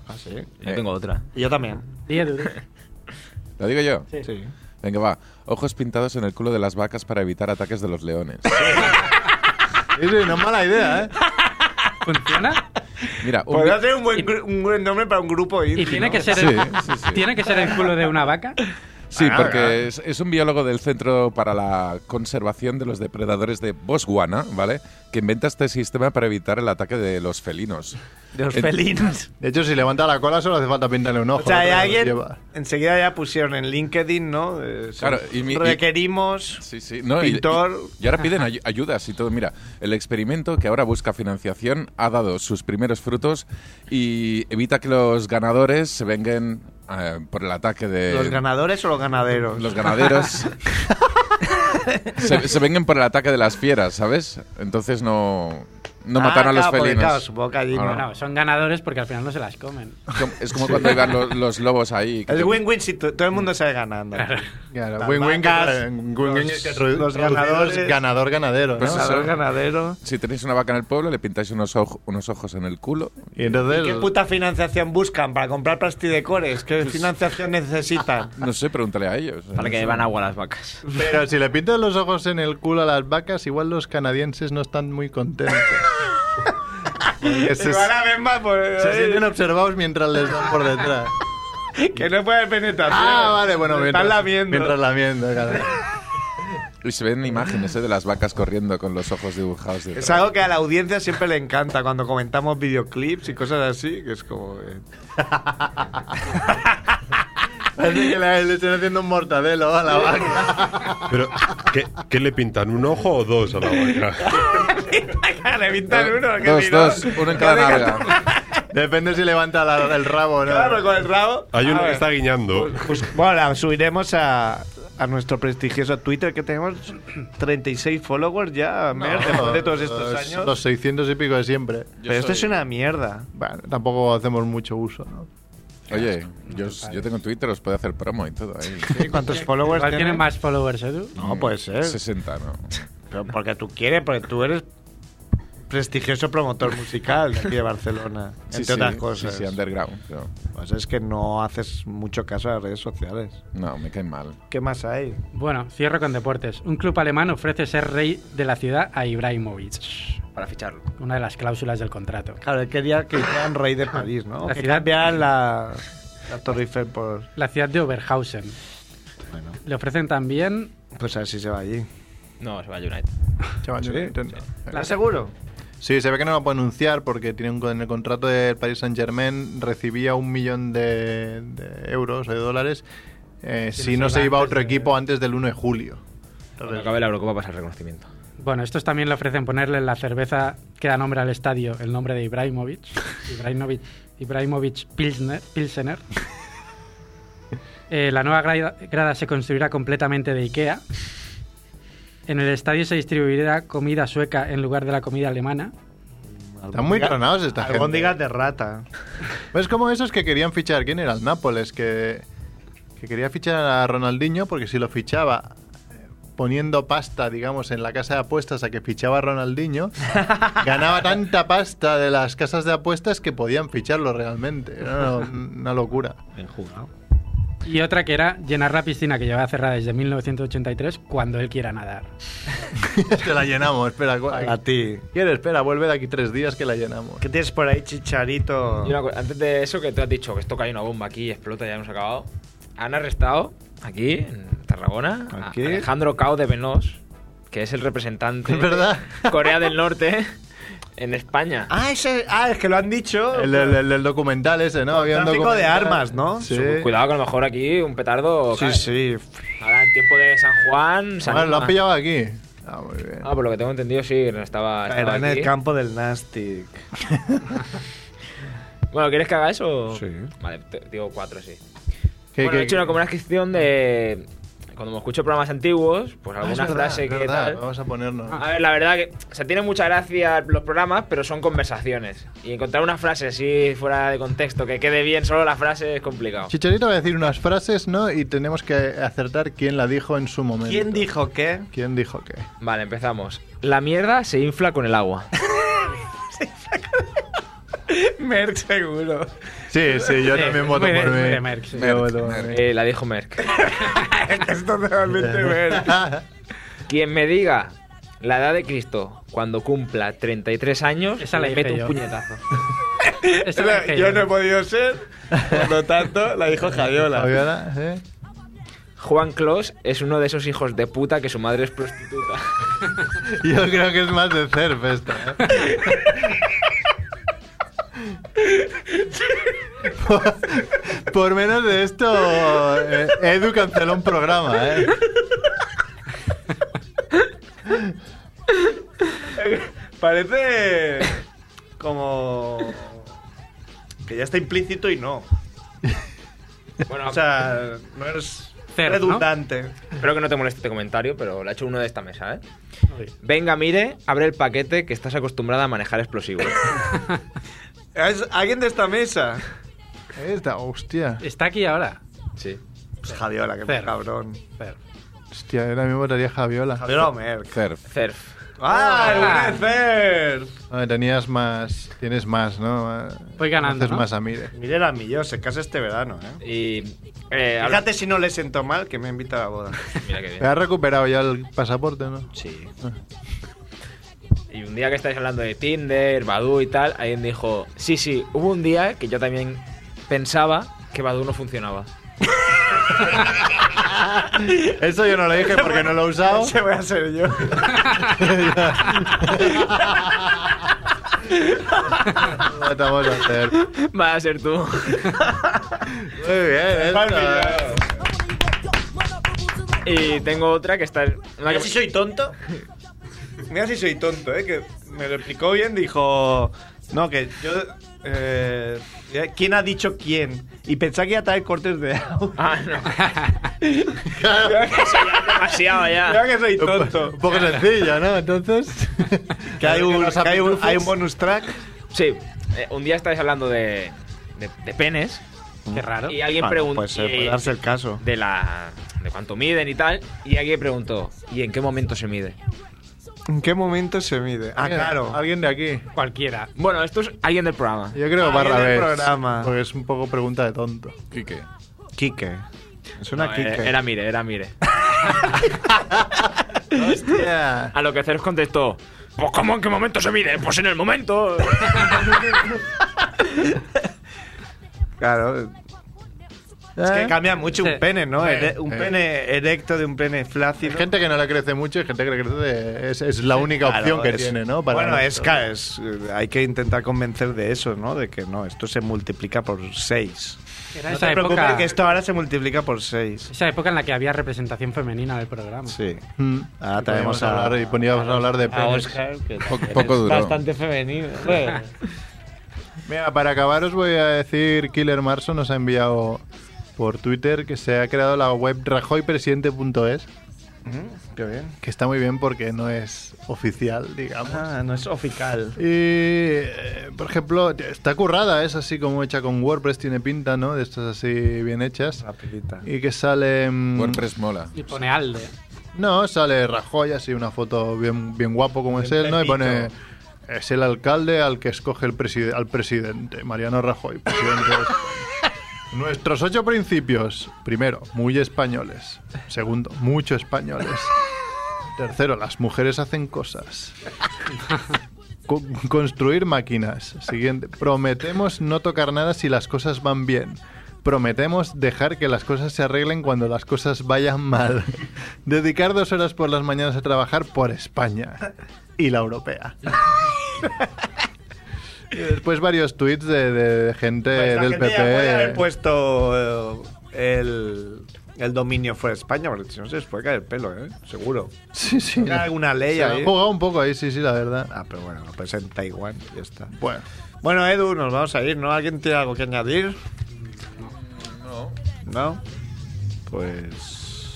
[SPEAKER 1] Ah, sí.
[SPEAKER 3] Yo tengo otra.
[SPEAKER 1] Y Yo también.
[SPEAKER 2] Diez duros.
[SPEAKER 6] ¿Lo digo yo?
[SPEAKER 2] Sí.
[SPEAKER 6] Venga, va. Ojos pintados en el culo de las vacas para evitar ataques de los leones.
[SPEAKER 4] Sí, sí, no es mala idea, ¿eh?
[SPEAKER 2] ¿Funciona?
[SPEAKER 6] Mira, un
[SPEAKER 1] Podría ser un buen, gru- un buen nombre para un grupo
[SPEAKER 2] ¿Y
[SPEAKER 1] indie.
[SPEAKER 2] tiene
[SPEAKER 1] ¿no?
[SPEAKER 2] que, ser el,
[SPEAKER 6] Sí, sí, sí.
[SPEAKER 2] tiene que ser el culo de una vaca?
[SPEAKER 6] Sí,
[SPEAKER 4] Ah, ah.
[SPEAKER 6] porque es, es un biólogo del Centro para la Conservación de los Depredadores de Botswana, ¿vale? Que inventa este sistema para evitar el ataque de los felinos.
[SPEAKER 1] De los
[SPEAKER 6] En-
[SPEAKER 1] felinos.
[SPEAKER 4] De hecho, si levanta la cola solo hace falta pintarle un ojo.
[SPEAKER 1] O sea, hay
[SPEAKER 4] Otro
[SPEAKER 1] alguien.
[SPEAKER 4] lleva-
[SPEAKER 1] Enseguida ya pusieron en LinkedIn, ¿no? Eh, se-
[SPEAKER 6] Claro, y mi- y-
[SPEAKER 1] requerimos.
[SPEAKER 6] Sí, sí. No, y-
[SPEAKER 1] Pintor.
[SPEAKER 6] Y, y ahora piden ay- ayudas y todo. Mira, el experimento que ahora busca financiación ha dado sus primeros frutos y evita que los ganadores se venguen eh, por el ataque de...
[SPEAKER 1] ¿Los ganadores o los ganaderos?
[SPEAKER 6] eh, los ganaderos se, se vengan por el ataque de las fieras, ¿sabes? Entonces no, no
[SPEAKER 1] Ah,
[SPEAKER 6] mataron a
[SPEAKER 1] claro,
[SPEAKER 6] los
[SPEAKER 1] porque,
[SPEAKER 6] felinos.
[SPEAKER 1] claro, supongo que allí
[SPEAKER 6] Ah,
[SPEAKER 1] no.
[SPEAKER 2] No, son ganadores porque al final no se las comen.
[SPEAKER 6] Com- Es como cuando iban lo- los, lobos ahí. que
[SPEAKER 1] El
[SPEAKER 6] te-
[SPEAKER 1] win-win si to- todo el mundo sale ganando.
[SPEAKER 4] Claro,
[SPEAKER 1] Las
[SPEAKER 4] win-win que
[SPEAKER 1] vacas,
[SPEAKER 4] traen, win-win
[SPEAKER 1] los-
[SPEAKER 4] que traen-
[SPEAKER 1] los
[SPEAKER 4] traducido es
[SPEAKER 1] ganadores.
[SPEAKER 4] Ganador-ganadero,
[SPEAKER 6] Pues
[SPEAKER 4] ¿no?
[SPEAKER 6] eso.
[SPEAKER 1] Ganador, ganadero.
[SPEAKER 6] Si tenéis una vaca en el pueblo, le pintáis unos, oj- unos ojos en el culo.
[SPEAKER 4] Y entonces...
[SPEAKER 1] ¿Qué puta financiación buscan para comprar plastidecores?
[SPEAKER 6] Pues
[SPEAKER 1] ¿Qué financiación necesitan?
[SPEAKER 6] No sé, pregúntale a ellos.
[SPEAKER 3] Para
[SPEAKER 6] No
[SPEAKER 3] que
[SPEAKER 6] sé.
[SPEAKER 3] van agua las vacas.
[SPEAKER 4] Pero si le pintas los ojos en el culo a las vacas, igual los canadienses no están muy contentos. Porque se,
[SPEAKER 1] van a ver más por-
[SPEAKER 4] se sienten observados mientras les dan por detrás.
[SPEAKER 1] Que no puede haber penetración.
[SPEAKER 4] Ah, vale, bueno,
[SPEAKER 1] Me
[SPEAKER 4] mientras
[SPEAKER 1] Están lamiendo.
[SPEAKER 4] Mientras lamiendo, claro.
[SPEAKER 6] Y se ven imágenes eh, de las vacas corriendo con los ojos dibujados. detrás.
[SPEAKER 1] Es algo que a la audiencia siempre le encanta cuando comentamos videoclips y cosas así, que es como... eh,
[SPEAKER 4] Parece que le, le están haciendo un mortadelo a la vaca.
[SPEAKER 5] Pero, ¿qué, qué le pintan? ¿Un ojo o dos a la vaca?
[SPEAKER 1] le pintan uno. que
[SPEAKER 6] dos,
[SPEAKER 1] si no-
[SPEAKER 6] dos, uno en cada nalga.
[SPEAKER 4] Depende si levanta la- el rabo o no.
[SPEAKER 1] Claro, con el rabo.
[SPEAKER 5] Hay uno
[SPEAKER 1] A
[SPEAKER 5] que
[SPEAKER 1] ver.
[SPEAKER 5] está guiñando.
[SPEAKER 1] Pues, bueno, la subiremos a, a nuestro prestigioso Twitter, que tenemos 36 followers ya, Mer, después de todos estos
[SPEAKER 4] los,
[SPEAKER 1] años.
[SPEAKER 4] Los 600 y pico de siempre.
[SPEAKER 1] Pero esto es una mierda.
[SPEAKER 4] Bueno, tampoco hacemos mucho uso, ¿no?
[SPEAKER 6] Oye, yo, os- yo tengo un Twitter, os puedo hacer promo y todo. Ahí.
[SPEAKER 1] ¿Cuántos followers
[SPEAKER 2] Igual tienen
[SPEAKER 1] tienes?
[SPEAKER 2] más followers, ¿eh, Edu.
[SPEAKER 1] No, puede ser.
[SPEAKER 6] 60, ¿no?
[SPEAKER 1] Pero porque tú quieres, porque tú eres prestigioso promotor musical de aquí de Barcelona,
[SPEAKER 6] Sí,
[SPEAKER 1] entre
[SPEAKER 6] sí,
[SPEAKER 1] otras cosas.
[SPEAKER 6] Sí, sí, underground. pero
[SPEAKER 1] Pues es que no haces mucho caso a las redes sociales.
[SPEAKER 6] no, me caen mal.
[SPEAKER 1] ¿Qué más hay?
[SPEAKER 2] Bueno, cierro con deportes. Un club alemán ofrece ser rey de la ciudad a Ibrahimovic.
[SPEAKER 3] Para ficharlo.
[SPEAKER 2] Una de las cláusulas del contrato.
[SPEAKER 1] Claro, él quería
[SPEAKER 3] Ah.
[SPEAKER 1] que hicieran rey de París, ¿no?
[SPEAKER 2] La
[SPEAKER 1] que
[SPEAKER 2] ciudad-
[SPEAKER 1] cambiaran la, la Torre Eiffel por...
[SPEAKER 2] La ciudad de Oberhausen. Le ofrecen también
[SPEAKER 1] Pues a ver si se va allí.
[SPEAKER 3] No, se va a United.
[SPEAKER 4] Chaval,
[SPEAKER 1] ¿eh?
[SPEAKER 4] yo-
[SPEAKER 1] ¿Estás seguro?
[SPEAKER 4] Sí, se ve que no lo puede anunciar porque tiene un, con el contrato del Paris Saint Germain recibía un millón de, de euros o de dólares eh, si no se iba a otro equipo antes del 1 de julio.
[SPEAKER 3] Cuando acabe la Eurocopa pasa el reconocimiento.
[SPEAKER 2] Bueno, estos también le ofrecen ponerle en la cerveza que da nombre al estadio el nombre de Ibrahimovic. Ibrahimovic, Ibrahimovic Pilsner. Pilsener. Eh, la nueva grada, grada se construirá completamente de Ikea. En el estadio se distribuirá comida sueca en lugar de la comida alemana.
[SPEAKER 4] Están muy tronados esta gente.
[SPEAKER 1] Albóndigas de rata.
[SPEAKER 4] Es como esos que querían fichar. ¿Quién era? El Nápoles, que, que quería fichar a Ronaldinho porque si lo fichaba eh, poniendo pasta, digamos, en la casa de apuestas a que fichaba a Ronaldinho, ganaba tanta pasta de las casas de apuestas que podían ficharlo realmente. Era una, una locura.
[SPEAKER 2] Y otra que era llenar la piscina que llevaba cerrada desde 1983 cuando él quiera nadar.
[SPEAKER 4] Te la llenamos, espera. cu-
[SPEAKER 1] A ti.
[SPEAKER 4] ¿Quieres? Espera, vuelve de aquí tres días que la llenamos.
[SPEAKER 1] ¿Qué tienes por ahí, chicharito?
[SPEAKER 3] Y una cosa, antes de eso que tú has dicho que esto cae una bomba aquí y explota, ya hemos acabado. Han arrestado aquí, en Tarragona, a
[SPEAKER 1] Aquí.
[SPEAKER 3] Alejandro Cao de Venós que es el representante
[SPEAKER 10] ¿Es verdad?
[SPEAKER 3] de Corea del Norte en España.
[SPEAKER 1] Ah, ese, ah, es que lo han dicho.
[SPEAKER 4] El, el- el- el documental ese, ¿no? Había un
[SPEAKER 3] Tráfico de
[SPEAKER 4] documental.
[SPEAKER 3] armas, ¿no?
[SPEAKER 4] Sí.
[SPEAKER 3] Cuidado que a lo mejor aquí un petardo.
[SPEAKER 4] Sí,
[SPEAKER 1] sí.
[SPEAKER 3] Pues Ahora en tiempo de San Juan. se
[SPEAKER 4] Bueno, lo han
[SPEAKER 3] anima.
[SPEAKER 4] pillado aquí. Ah, muy bien.
[SPEAKER 3] Ah, por lo que tengo entendido, sí, estaba. estaba
[SPEAKER 1] Era en
[SPEAKER 3] aquí.
[SPEAKER 1] el campo del Nastic.
[SPEAKER 3] Bueno, ¿quieres que haga eso? Sí. Vale, te- digo cuatro, sí.
[SPEAKER 1] ¿Qué-
[SPEAKER 3] bueno,
[SPEAKER 1] qué-
[SPEAKER 3] he hecho una, como una descripción de. Cuando me escucho programas antiguos, pues
[SPEAKER 4] Ah,
[SPEAKER 3] alguna
[SPEAKER 4] es verdad,
[SPEAKER 3] frase
[SPEAKER 4] es
[SPEAKER 3] que
[SPEAKER 4] verdad.
[SPEAKER 3] tal.
[SPEAKER 4] Vamos a ponernos.
[SPEAKER 3] A ver, la verdad que o sea, tiene mucha gracia los programas, pero son conversaciones. Y encontrar una frase así fuera de contexto, que quede bien solo la frase, es complicado.
[SPEAKER 4] Chicharito va a decir unas frases, ¿no? Y tenemos que acertar quién la dijo en su momento.
[SPEAKER 3] ¿Quién
[SPEAKER 1] dijo qué?
[SPEAKER 4] ¿Quién dijo qué?
[SPEAKER 3] Vale, empezamos. La mierda se infla con el agua.
[SPEAKER 8] Merck seguro.
[SPEAKER 4] Sí, sí, yo también voto por mí. Yo voto por mí.
[SPEAKER 3] Eh, la dijo Merck.
[SPEAKER 8] es totalmente Merck.
[SPEAKER 3] Quien me diga la edad de Cristo cuando cumpla 33 años,
[SPEAKER 2] Esa la
[SPEAKER 3] le
[SPEAKER 2] dije
[SPEAKER 3] meto un
[SPEAKER 2] yo.
[SPEAKER 3] puñetazo.
[SPEAKER 2] Esa la dije
[SPEAKER 8] yo
[SPEAKER 2] yo.
[SPEAKER 8] no he podido ser, por lo tanto, la dijo Javiola.
[SPEAKER 4] Javiola, ¿eh?
[SPEAKER 3] Juan Clos es uno de esos hijos de puta que su madre es prostituta.
[SPEAKER 4] Yo creo que es más de CERF esta. ¿eh? Por, por menos de esto, eh, Edu canceló un programa, ¿eh?
[SPEAKER 1] Parece como que ya está implícito y no.
[SPEAKER 3] Bueno,
[SPEAKER 1] o sea, no es
[SPEAKER 3] Cerf, ¿no?
[SPEAKER 1] redundante.
[SPEAKER 3] Espero que no te moleste este comentario, pero lo ha hecho uno de esta mesa, ¿eh? Venga, mire, abre el paquete que estás acostumbrada a manejar explosivos.
[SPEAKER 1] ¿Es alguien de esta mesa? Eh,
[SPEAKER 4] Esta, hostia.
[SPEAKER 2] Está aquí ahora.
[SPEAKER 3] Sí.
[SPEAKER 1] Pues Javiola, que
[SPEAKER 2] Cerf.
[SPEAKER 1] cabrón.
[SPEAKER 4] Hostia, ahora mismo votaría Javiola.
[SPEAKER 1] Javiola o Merck.
[SPEAKER 4] CERF.
[SPEAKER 3] Cerf.
[SPEAKER 1] ¡Ah, el Cerf!
[SPEAKER 4] tenías más. Tienes más, ¿no?
[SPEAKER 1] Voy ganando,
[SPEAKER 4] Haces
[SPEAKER 1] ¿no?
[SPEAKER 4] más a Mire.
[SPEAKER 1] Mire la millón, se casa este verano, ¿eh?
[SPEAKER 3] Y. eh,
[SPEAKER 1] Fíjate si no le siento mal que me invita a la boda.
[SPEAKER 3] Mira qué
[SPEAKER 4] ¿Has recuperado ya el pasaporte, no? Ah.
[SPEAKER 3] Sí. Y un día que estáis hablando de Tinder, Badu y tal, alguien dijo, sí, sí, hubo un día que yo también pensaba que Badu no funcionaba.
[SPEAKER 4] Eso yo no lo dije porque no lo he usado.
[SPEAKER 1] Se voy a ser yo.
[SPEAKER 4] Vamos a hacer.
[SPEAKER 3] Va a ser tú.
[SPEAKER 4] Muy bien,
[SPEAKER 3] Y tengo otra que está...
[SPEAKER 1] Mira si soy tonto. Mira si soy tonto, ¿eh? Que me lo explicó bien, dijo... No, que yo... eh, ¿Quién ha dicho quién? Y pensaba que iba a traer cortes de audio.
[SPEAKER 3] Ah, no. demasiado ya.
[SPEAKER 1] Mira que soy tonto.
[SPEAKER 4] Un poco sencilla, ¿no? Entonces.
[SPEAKER 1] Que hay un, que hay un- hay un bonus track.
[SPEAKER 3] Sí, eh, un día estáis hablando de, de, de penes.
[SPEAKER 4] Mm.
[SPEAKER 1] Qué raro.
[SPEAKER 3] Y alguien
[SPEAKER 1] Bueno,
[SPEAKER 3] preguntó...
[SPEAKER 1] pues, eh, puede darse el caso.
[SPEAKER 3] De la... De cuánto miden y tal. Y alguien preguntó, ¿y en qué momento se mide?
[SPEAKER 1] ¿En qué momento se mide? Ah,
[SPEAKER 3] Mira,
[SPEAKER 1] claro.
[SPEAKER 4] Alguien de aquí.
[SPEAKER 2] Cualquiera.
[SPEAKER 3] Bueno, esto es alguien del programa.
[SPEAKER 4] Yo creo barra
[SPEAKER 1] Alguien del
[SPEAKER 4] B.
[SPEAKER 1] programa.
[SPEAKER 3] Ah.
[SPEAKER 4] Porque es un poco pregunta de tonto.
[SPEAKER 6] Quique.
[SPEAKER 1] Quique. Es una
[SPEAKER 3] No, eh,
[SPEAKER 1] Quique.
[SPEAKER 3] Era, era mire, era mire.
[SPEAKER 4] Hostia.
[SPEAKER 3] A lo que Cerf contestó, pues ¿cómo en qué momento se mide? Pues en el momento.
[SPEAKER 1] Claro. Es que cambia mucho un pene, ¿no? Ere- un
[SPEAKER 4] Eh.
[SPEAKER 1] pene erecto de un pene flácido.
[SPEAKER 4] Gente que no le crece mucho y gente que le crece. de- es, es la única
[SPEAKER 1] Claro,
[SPEAKER 4] opción que
[SPEAKER 1] es-
[SPEAKER 4] tiene, ¿no?
[SPEAKER 1] bueno, es,
[SPEAKER 4] nosotros.
[SPEAKER 1] ca- es, eh, hay que intentar convencer de eso, ¿no? De que no, esto se multiplica por 6.
[SPEAKER 2] Era
[SPEAKER 1] No
[SPEAKER 2] esa
[SPEAKER 1] te preocupes
[SPEAKER 2] época-
[SPEAKER 1] que esto ahora se multiplica por 6.
[SPEAKER 2] Esa época en la que había representación femenina del programa.
[SPEAKER 1] Sí.
[SPEAKER 4] Mm.
[SPEAKER 1] Ahora
[SPEAKER 4] Y
[SPEAKER 1] tenemos
[SPEAKER 4] poníamos a hablar- y poníamos a hablar de penes.
[SPEAKER 6] poco duró.
[SPEAKER 10] Bastante femenino. Bueno,
[SPEAKER 4] Mira, para acabar os voy a decir, Killer Marso nos ha enviado por Twitter que se ha creado la web rajoypresidente.es,
[SPEAKER 1] Qué bien.
[SPEAKER 4] que está muy bien porque no es oficial, digamos.
[SPEAKER 1] Ah, no es oficial.
[SPEAKER 4] Y, eh, por ejemplo, está currada, es así como hecha con WordPress, tiene pinta, ¿no? De estas así bien hechas.
[SPEAKER 1] Rapidita.
[SPEAKER 4] Y que sale... mm,
[SPEAKER 6] WordPress mola.
[SPEAKER 2] Y pone Alde.
[SPEAKER 4] No, sale Rajoy, así una foto bien, bien guapo como es él, ¿no? Y pone... Es el alcalde al que escoge el preside- al presidente, Mariano Rajoy, presidente de España. Nuestros ocho principios. Primero, muy españoles. Segundo, mucho españoles. Tercero, las mujeres hacen cosas. Co- construir máquinas. Siguiente, prometemos no tocar nada si las cosas van bien. prometemos dejar que las cosas se arreglen cuando las cosas vayan mal. Dedicar dos horas por las mañanas a trabajar por España y la europea. Y después varios tweets de, de gente
[SPEAKER 1] Pues la
[SPEAKER 4] del E.
[SPEAKER 1] gente ya puede haber
[SPEAKER 4] PP.
[SPEAKER 1] puesto eh, el, el dominio fuera de España, porque si no se les puede caer el pelo, ¿eh? Seguro.
[SPEAKER 4] Sí, sí.
[SPEAKER 1] Habrá alguna ley
[SPEAKER 4] Se han
[SPEAKER 1] ahí.
[SPEAKER 4] jugado un poco ahí, sí, sí, la verdad.
[SPEAKER 1] Ah, pero bueno, lo pensé en Taiwán y ya está.
[SPEAKER 4] Bueno.
[SPEAKER 1] Bueno, Edu, nos vamos a ir, ¿no? ¿Alguien tiene algo que añadir? No. ¿No? Pues...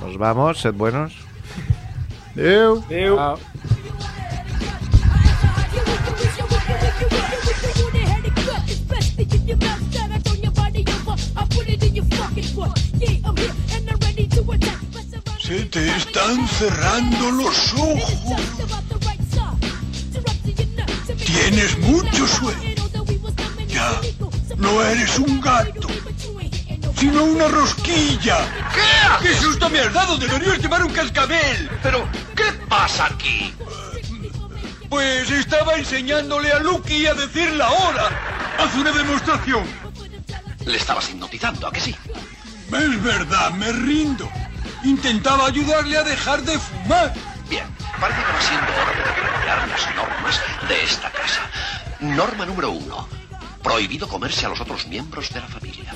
[SPEAKER 1] Nos vamos, sed buenos.
[SPEAKER 4] Adiós.
[SPEAKER 1] Chao.
[SPEAKER 7] Se te están cerrando los ojos. Tienes mucho sueño. Ya no eres un gato, sino una rosquilla. ¿Qué? ¡Qué susto me has dado! Deberías llevar un cascabel. Pero, ¿qué pasa aquí? Pues estaba enseñándole a Lucky a decir la hora. Haz una demostración. Le estabas hipnotizando, ¿a que sí? Es verdad, me rindo. Intentaba ayudarle a dejar de fumar. Bien, parece que va siendo hora de cambiar las normas de esta casa. Norma número uno. Prohibido comerse a los otros miembros de la familia.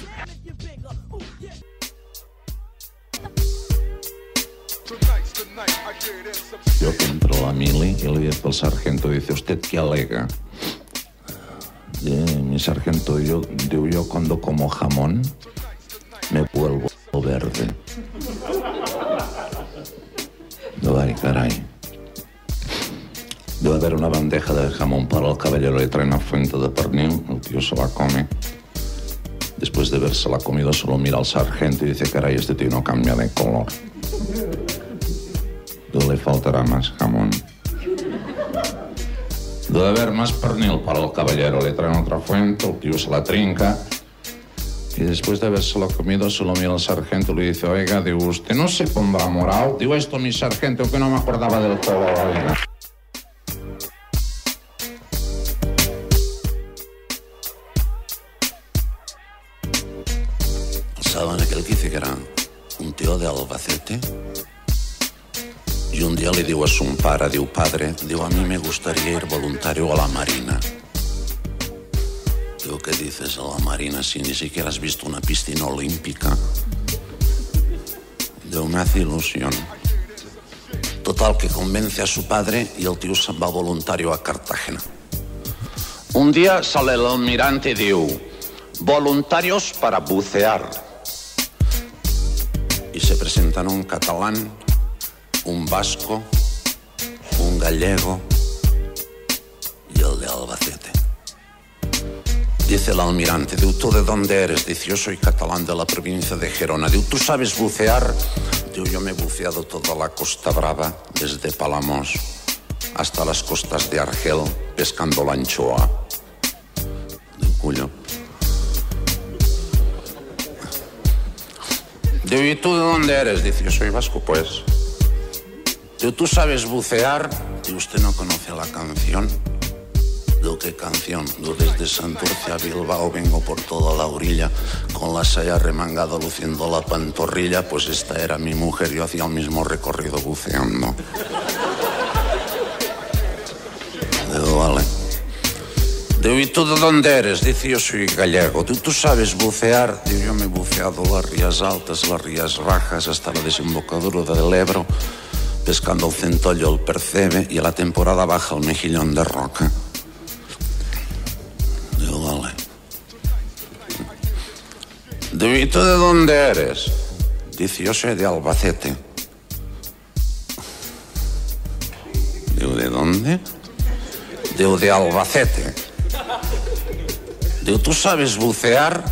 [SPEAKER 11] Yo que entro a Mili y le digo al sargento, dice, ¿usted qué alega? Y eh, mi sargento, yo, digo, yo cuando como jamón me vuelvo verde. Digo, ay, caray. Debe haber una bandeja de jamón para el caballero le trae una fuente de pernil, el tío se la come. Después de verse la comida solo mira al sargento y dice, caray, este tío no cambia de color. Digo, le faltará más jamón. Debe
[SPEAKER 12] Doncs
[SPEAKER 11] haber más pernil para el caballero. Le traen otra fuente, el tío se la trinca. Y después de habérselo comido, solo mira al sargento y le dice, oiga, digo, usted no se pondrá morado. Digo esto, mi sargento, que no me acordaba del color, oiga.
[SPEAKER 12] ¿Saben aquel que dice que era un tío de Albacete? Y un día le digo a su pare, diu, padre, digo, a mí me gustaría ir voluntario a la Marina. Digo, ¿qué dices a la Marina si ni siquiera has visto una piscina olímpica? Digo, me hace ilusión. Total, que convence a su padre y el tío se va voluntario a Cartagena. Un día sale el almirante y diu, voluntarios para bucear. Y se presentan un catalán, un vasco, un gallego y el de Albacete. Dice el almirante, diu, ¿tú de dónde eres? Dice, yo soy catalán de la provincia de Gerona. Diu, ¿tú sabes bucear? Diu, yo me he buceado toda la Costa Brava, desde Palamos hasta las costas de Argel, pescando la anchoa. Diu, "Collo". Digo, ¿y tú de dónde eres? Dice, yo soy vasco, pues. Digo, ¿tú sabes bucear? Digo, ¿usted no conoce la canción? Digo, ¿qué canción? Digo, desde Santurce a Bilbao vengo por toda la orilla, con la saya remangada luciendo la pantorrilla, pues esta era mi mujer, yo hacía el mismo recorrido buceando. Digo, vale. Digo, ¿y tú de dónde eres? Dice, yo soy gallego. Digo, ¿tú sabes bucear? Digo, yo me he buceado las rías altas, las rías bajas, hasta la desembocadura del Ebro, pescando el centollo, el percebe y a la temporada baja el mejillón de roca. Digo, vale. Digo, ¿y tú de dónde eres? Dice, yo soy de Albacete. Digo, ¿de dónde? Digo, de Albacete. Digo, ¿tú sabes bucear?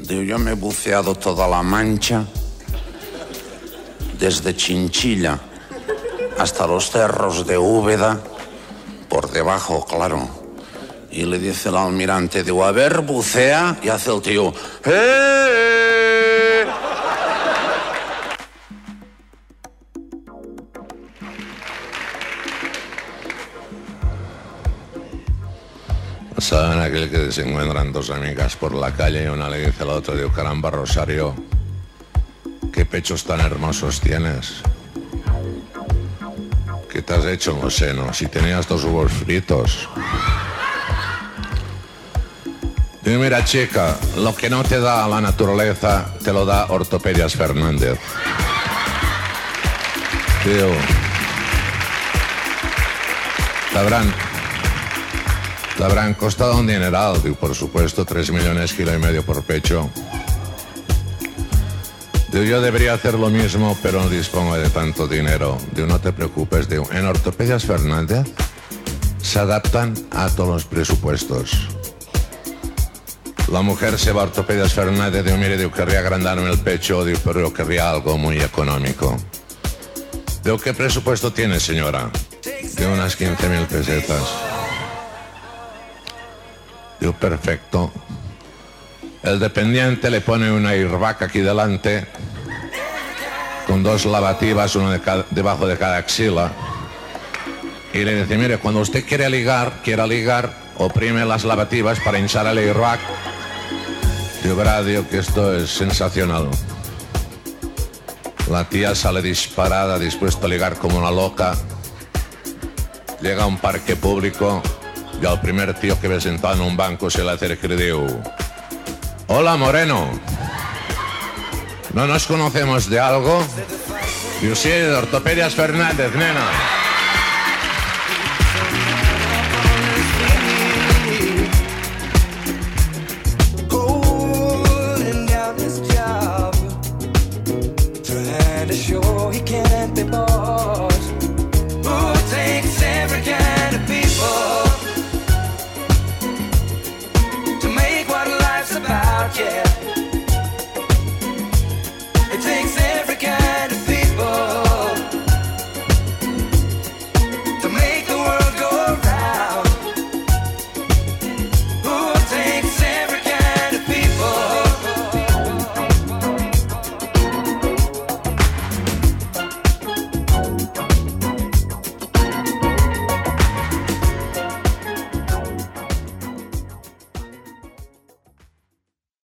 [SPEAKER 12] Digo, yo me he buceado toda la mancha, desde Chinchilla hasta los cerros de Úbeda, por debajo, claro. Y le dice el almirante, digo, a ver, bucea, y hace el tío, ¡eh!
[SPEAKER 11] ¿Saben aquel que se encuentran dos amigas por la calle y una le dice a la otra, digo, caramba, Rosario, qué pechos tan hermosos tienes? ¿Qué te has hecho en los senos? Si tenías dos huevos fritos. Digo, mira chica, lo que no te da la naturaleza, te lo da Ortopedias Fernández. Digo, te habrán, te habrán costado un dineral, digo, por supuesto, 3 millones, kilo y medio por pecho. Digo, yo debería hacer lo mismo, pero no dispongo de tanto dinero. Digo, no te preocupes, digo, en Ortopedias Fernández se adaptan a todos los presupuestos. La mujer se va a Ortopedias Fernández, digo, mire, digo, querría agrandarme el pecho, digo, pero yo querría algo muy económico. Digo, ¿qué presupuesto tiene, señora? de unas 15.000 pesetas. Digo, perfecto. El dependiente le pone una irvaca aquí delante, con dos lavativas, una de cada- debajo de cada axila, y le dice, mire, cuando usted quiere ligar, quiera ligar, oprime las lavativas para hinchar el irvac. Digo, verá, digo, que esto es sensacional. La tía sale disparada, dispuesta a ligar como una loca. Llega a un parque público y al primer tío que ve sentado en un banco se le acerca y le digo, hola Moreno, ¿no nos conocemos de algo? Yo sí, de Ortopedias Fernández, nena.
[SPEAKER 13] Holding down his job, trying to show he can't be bought.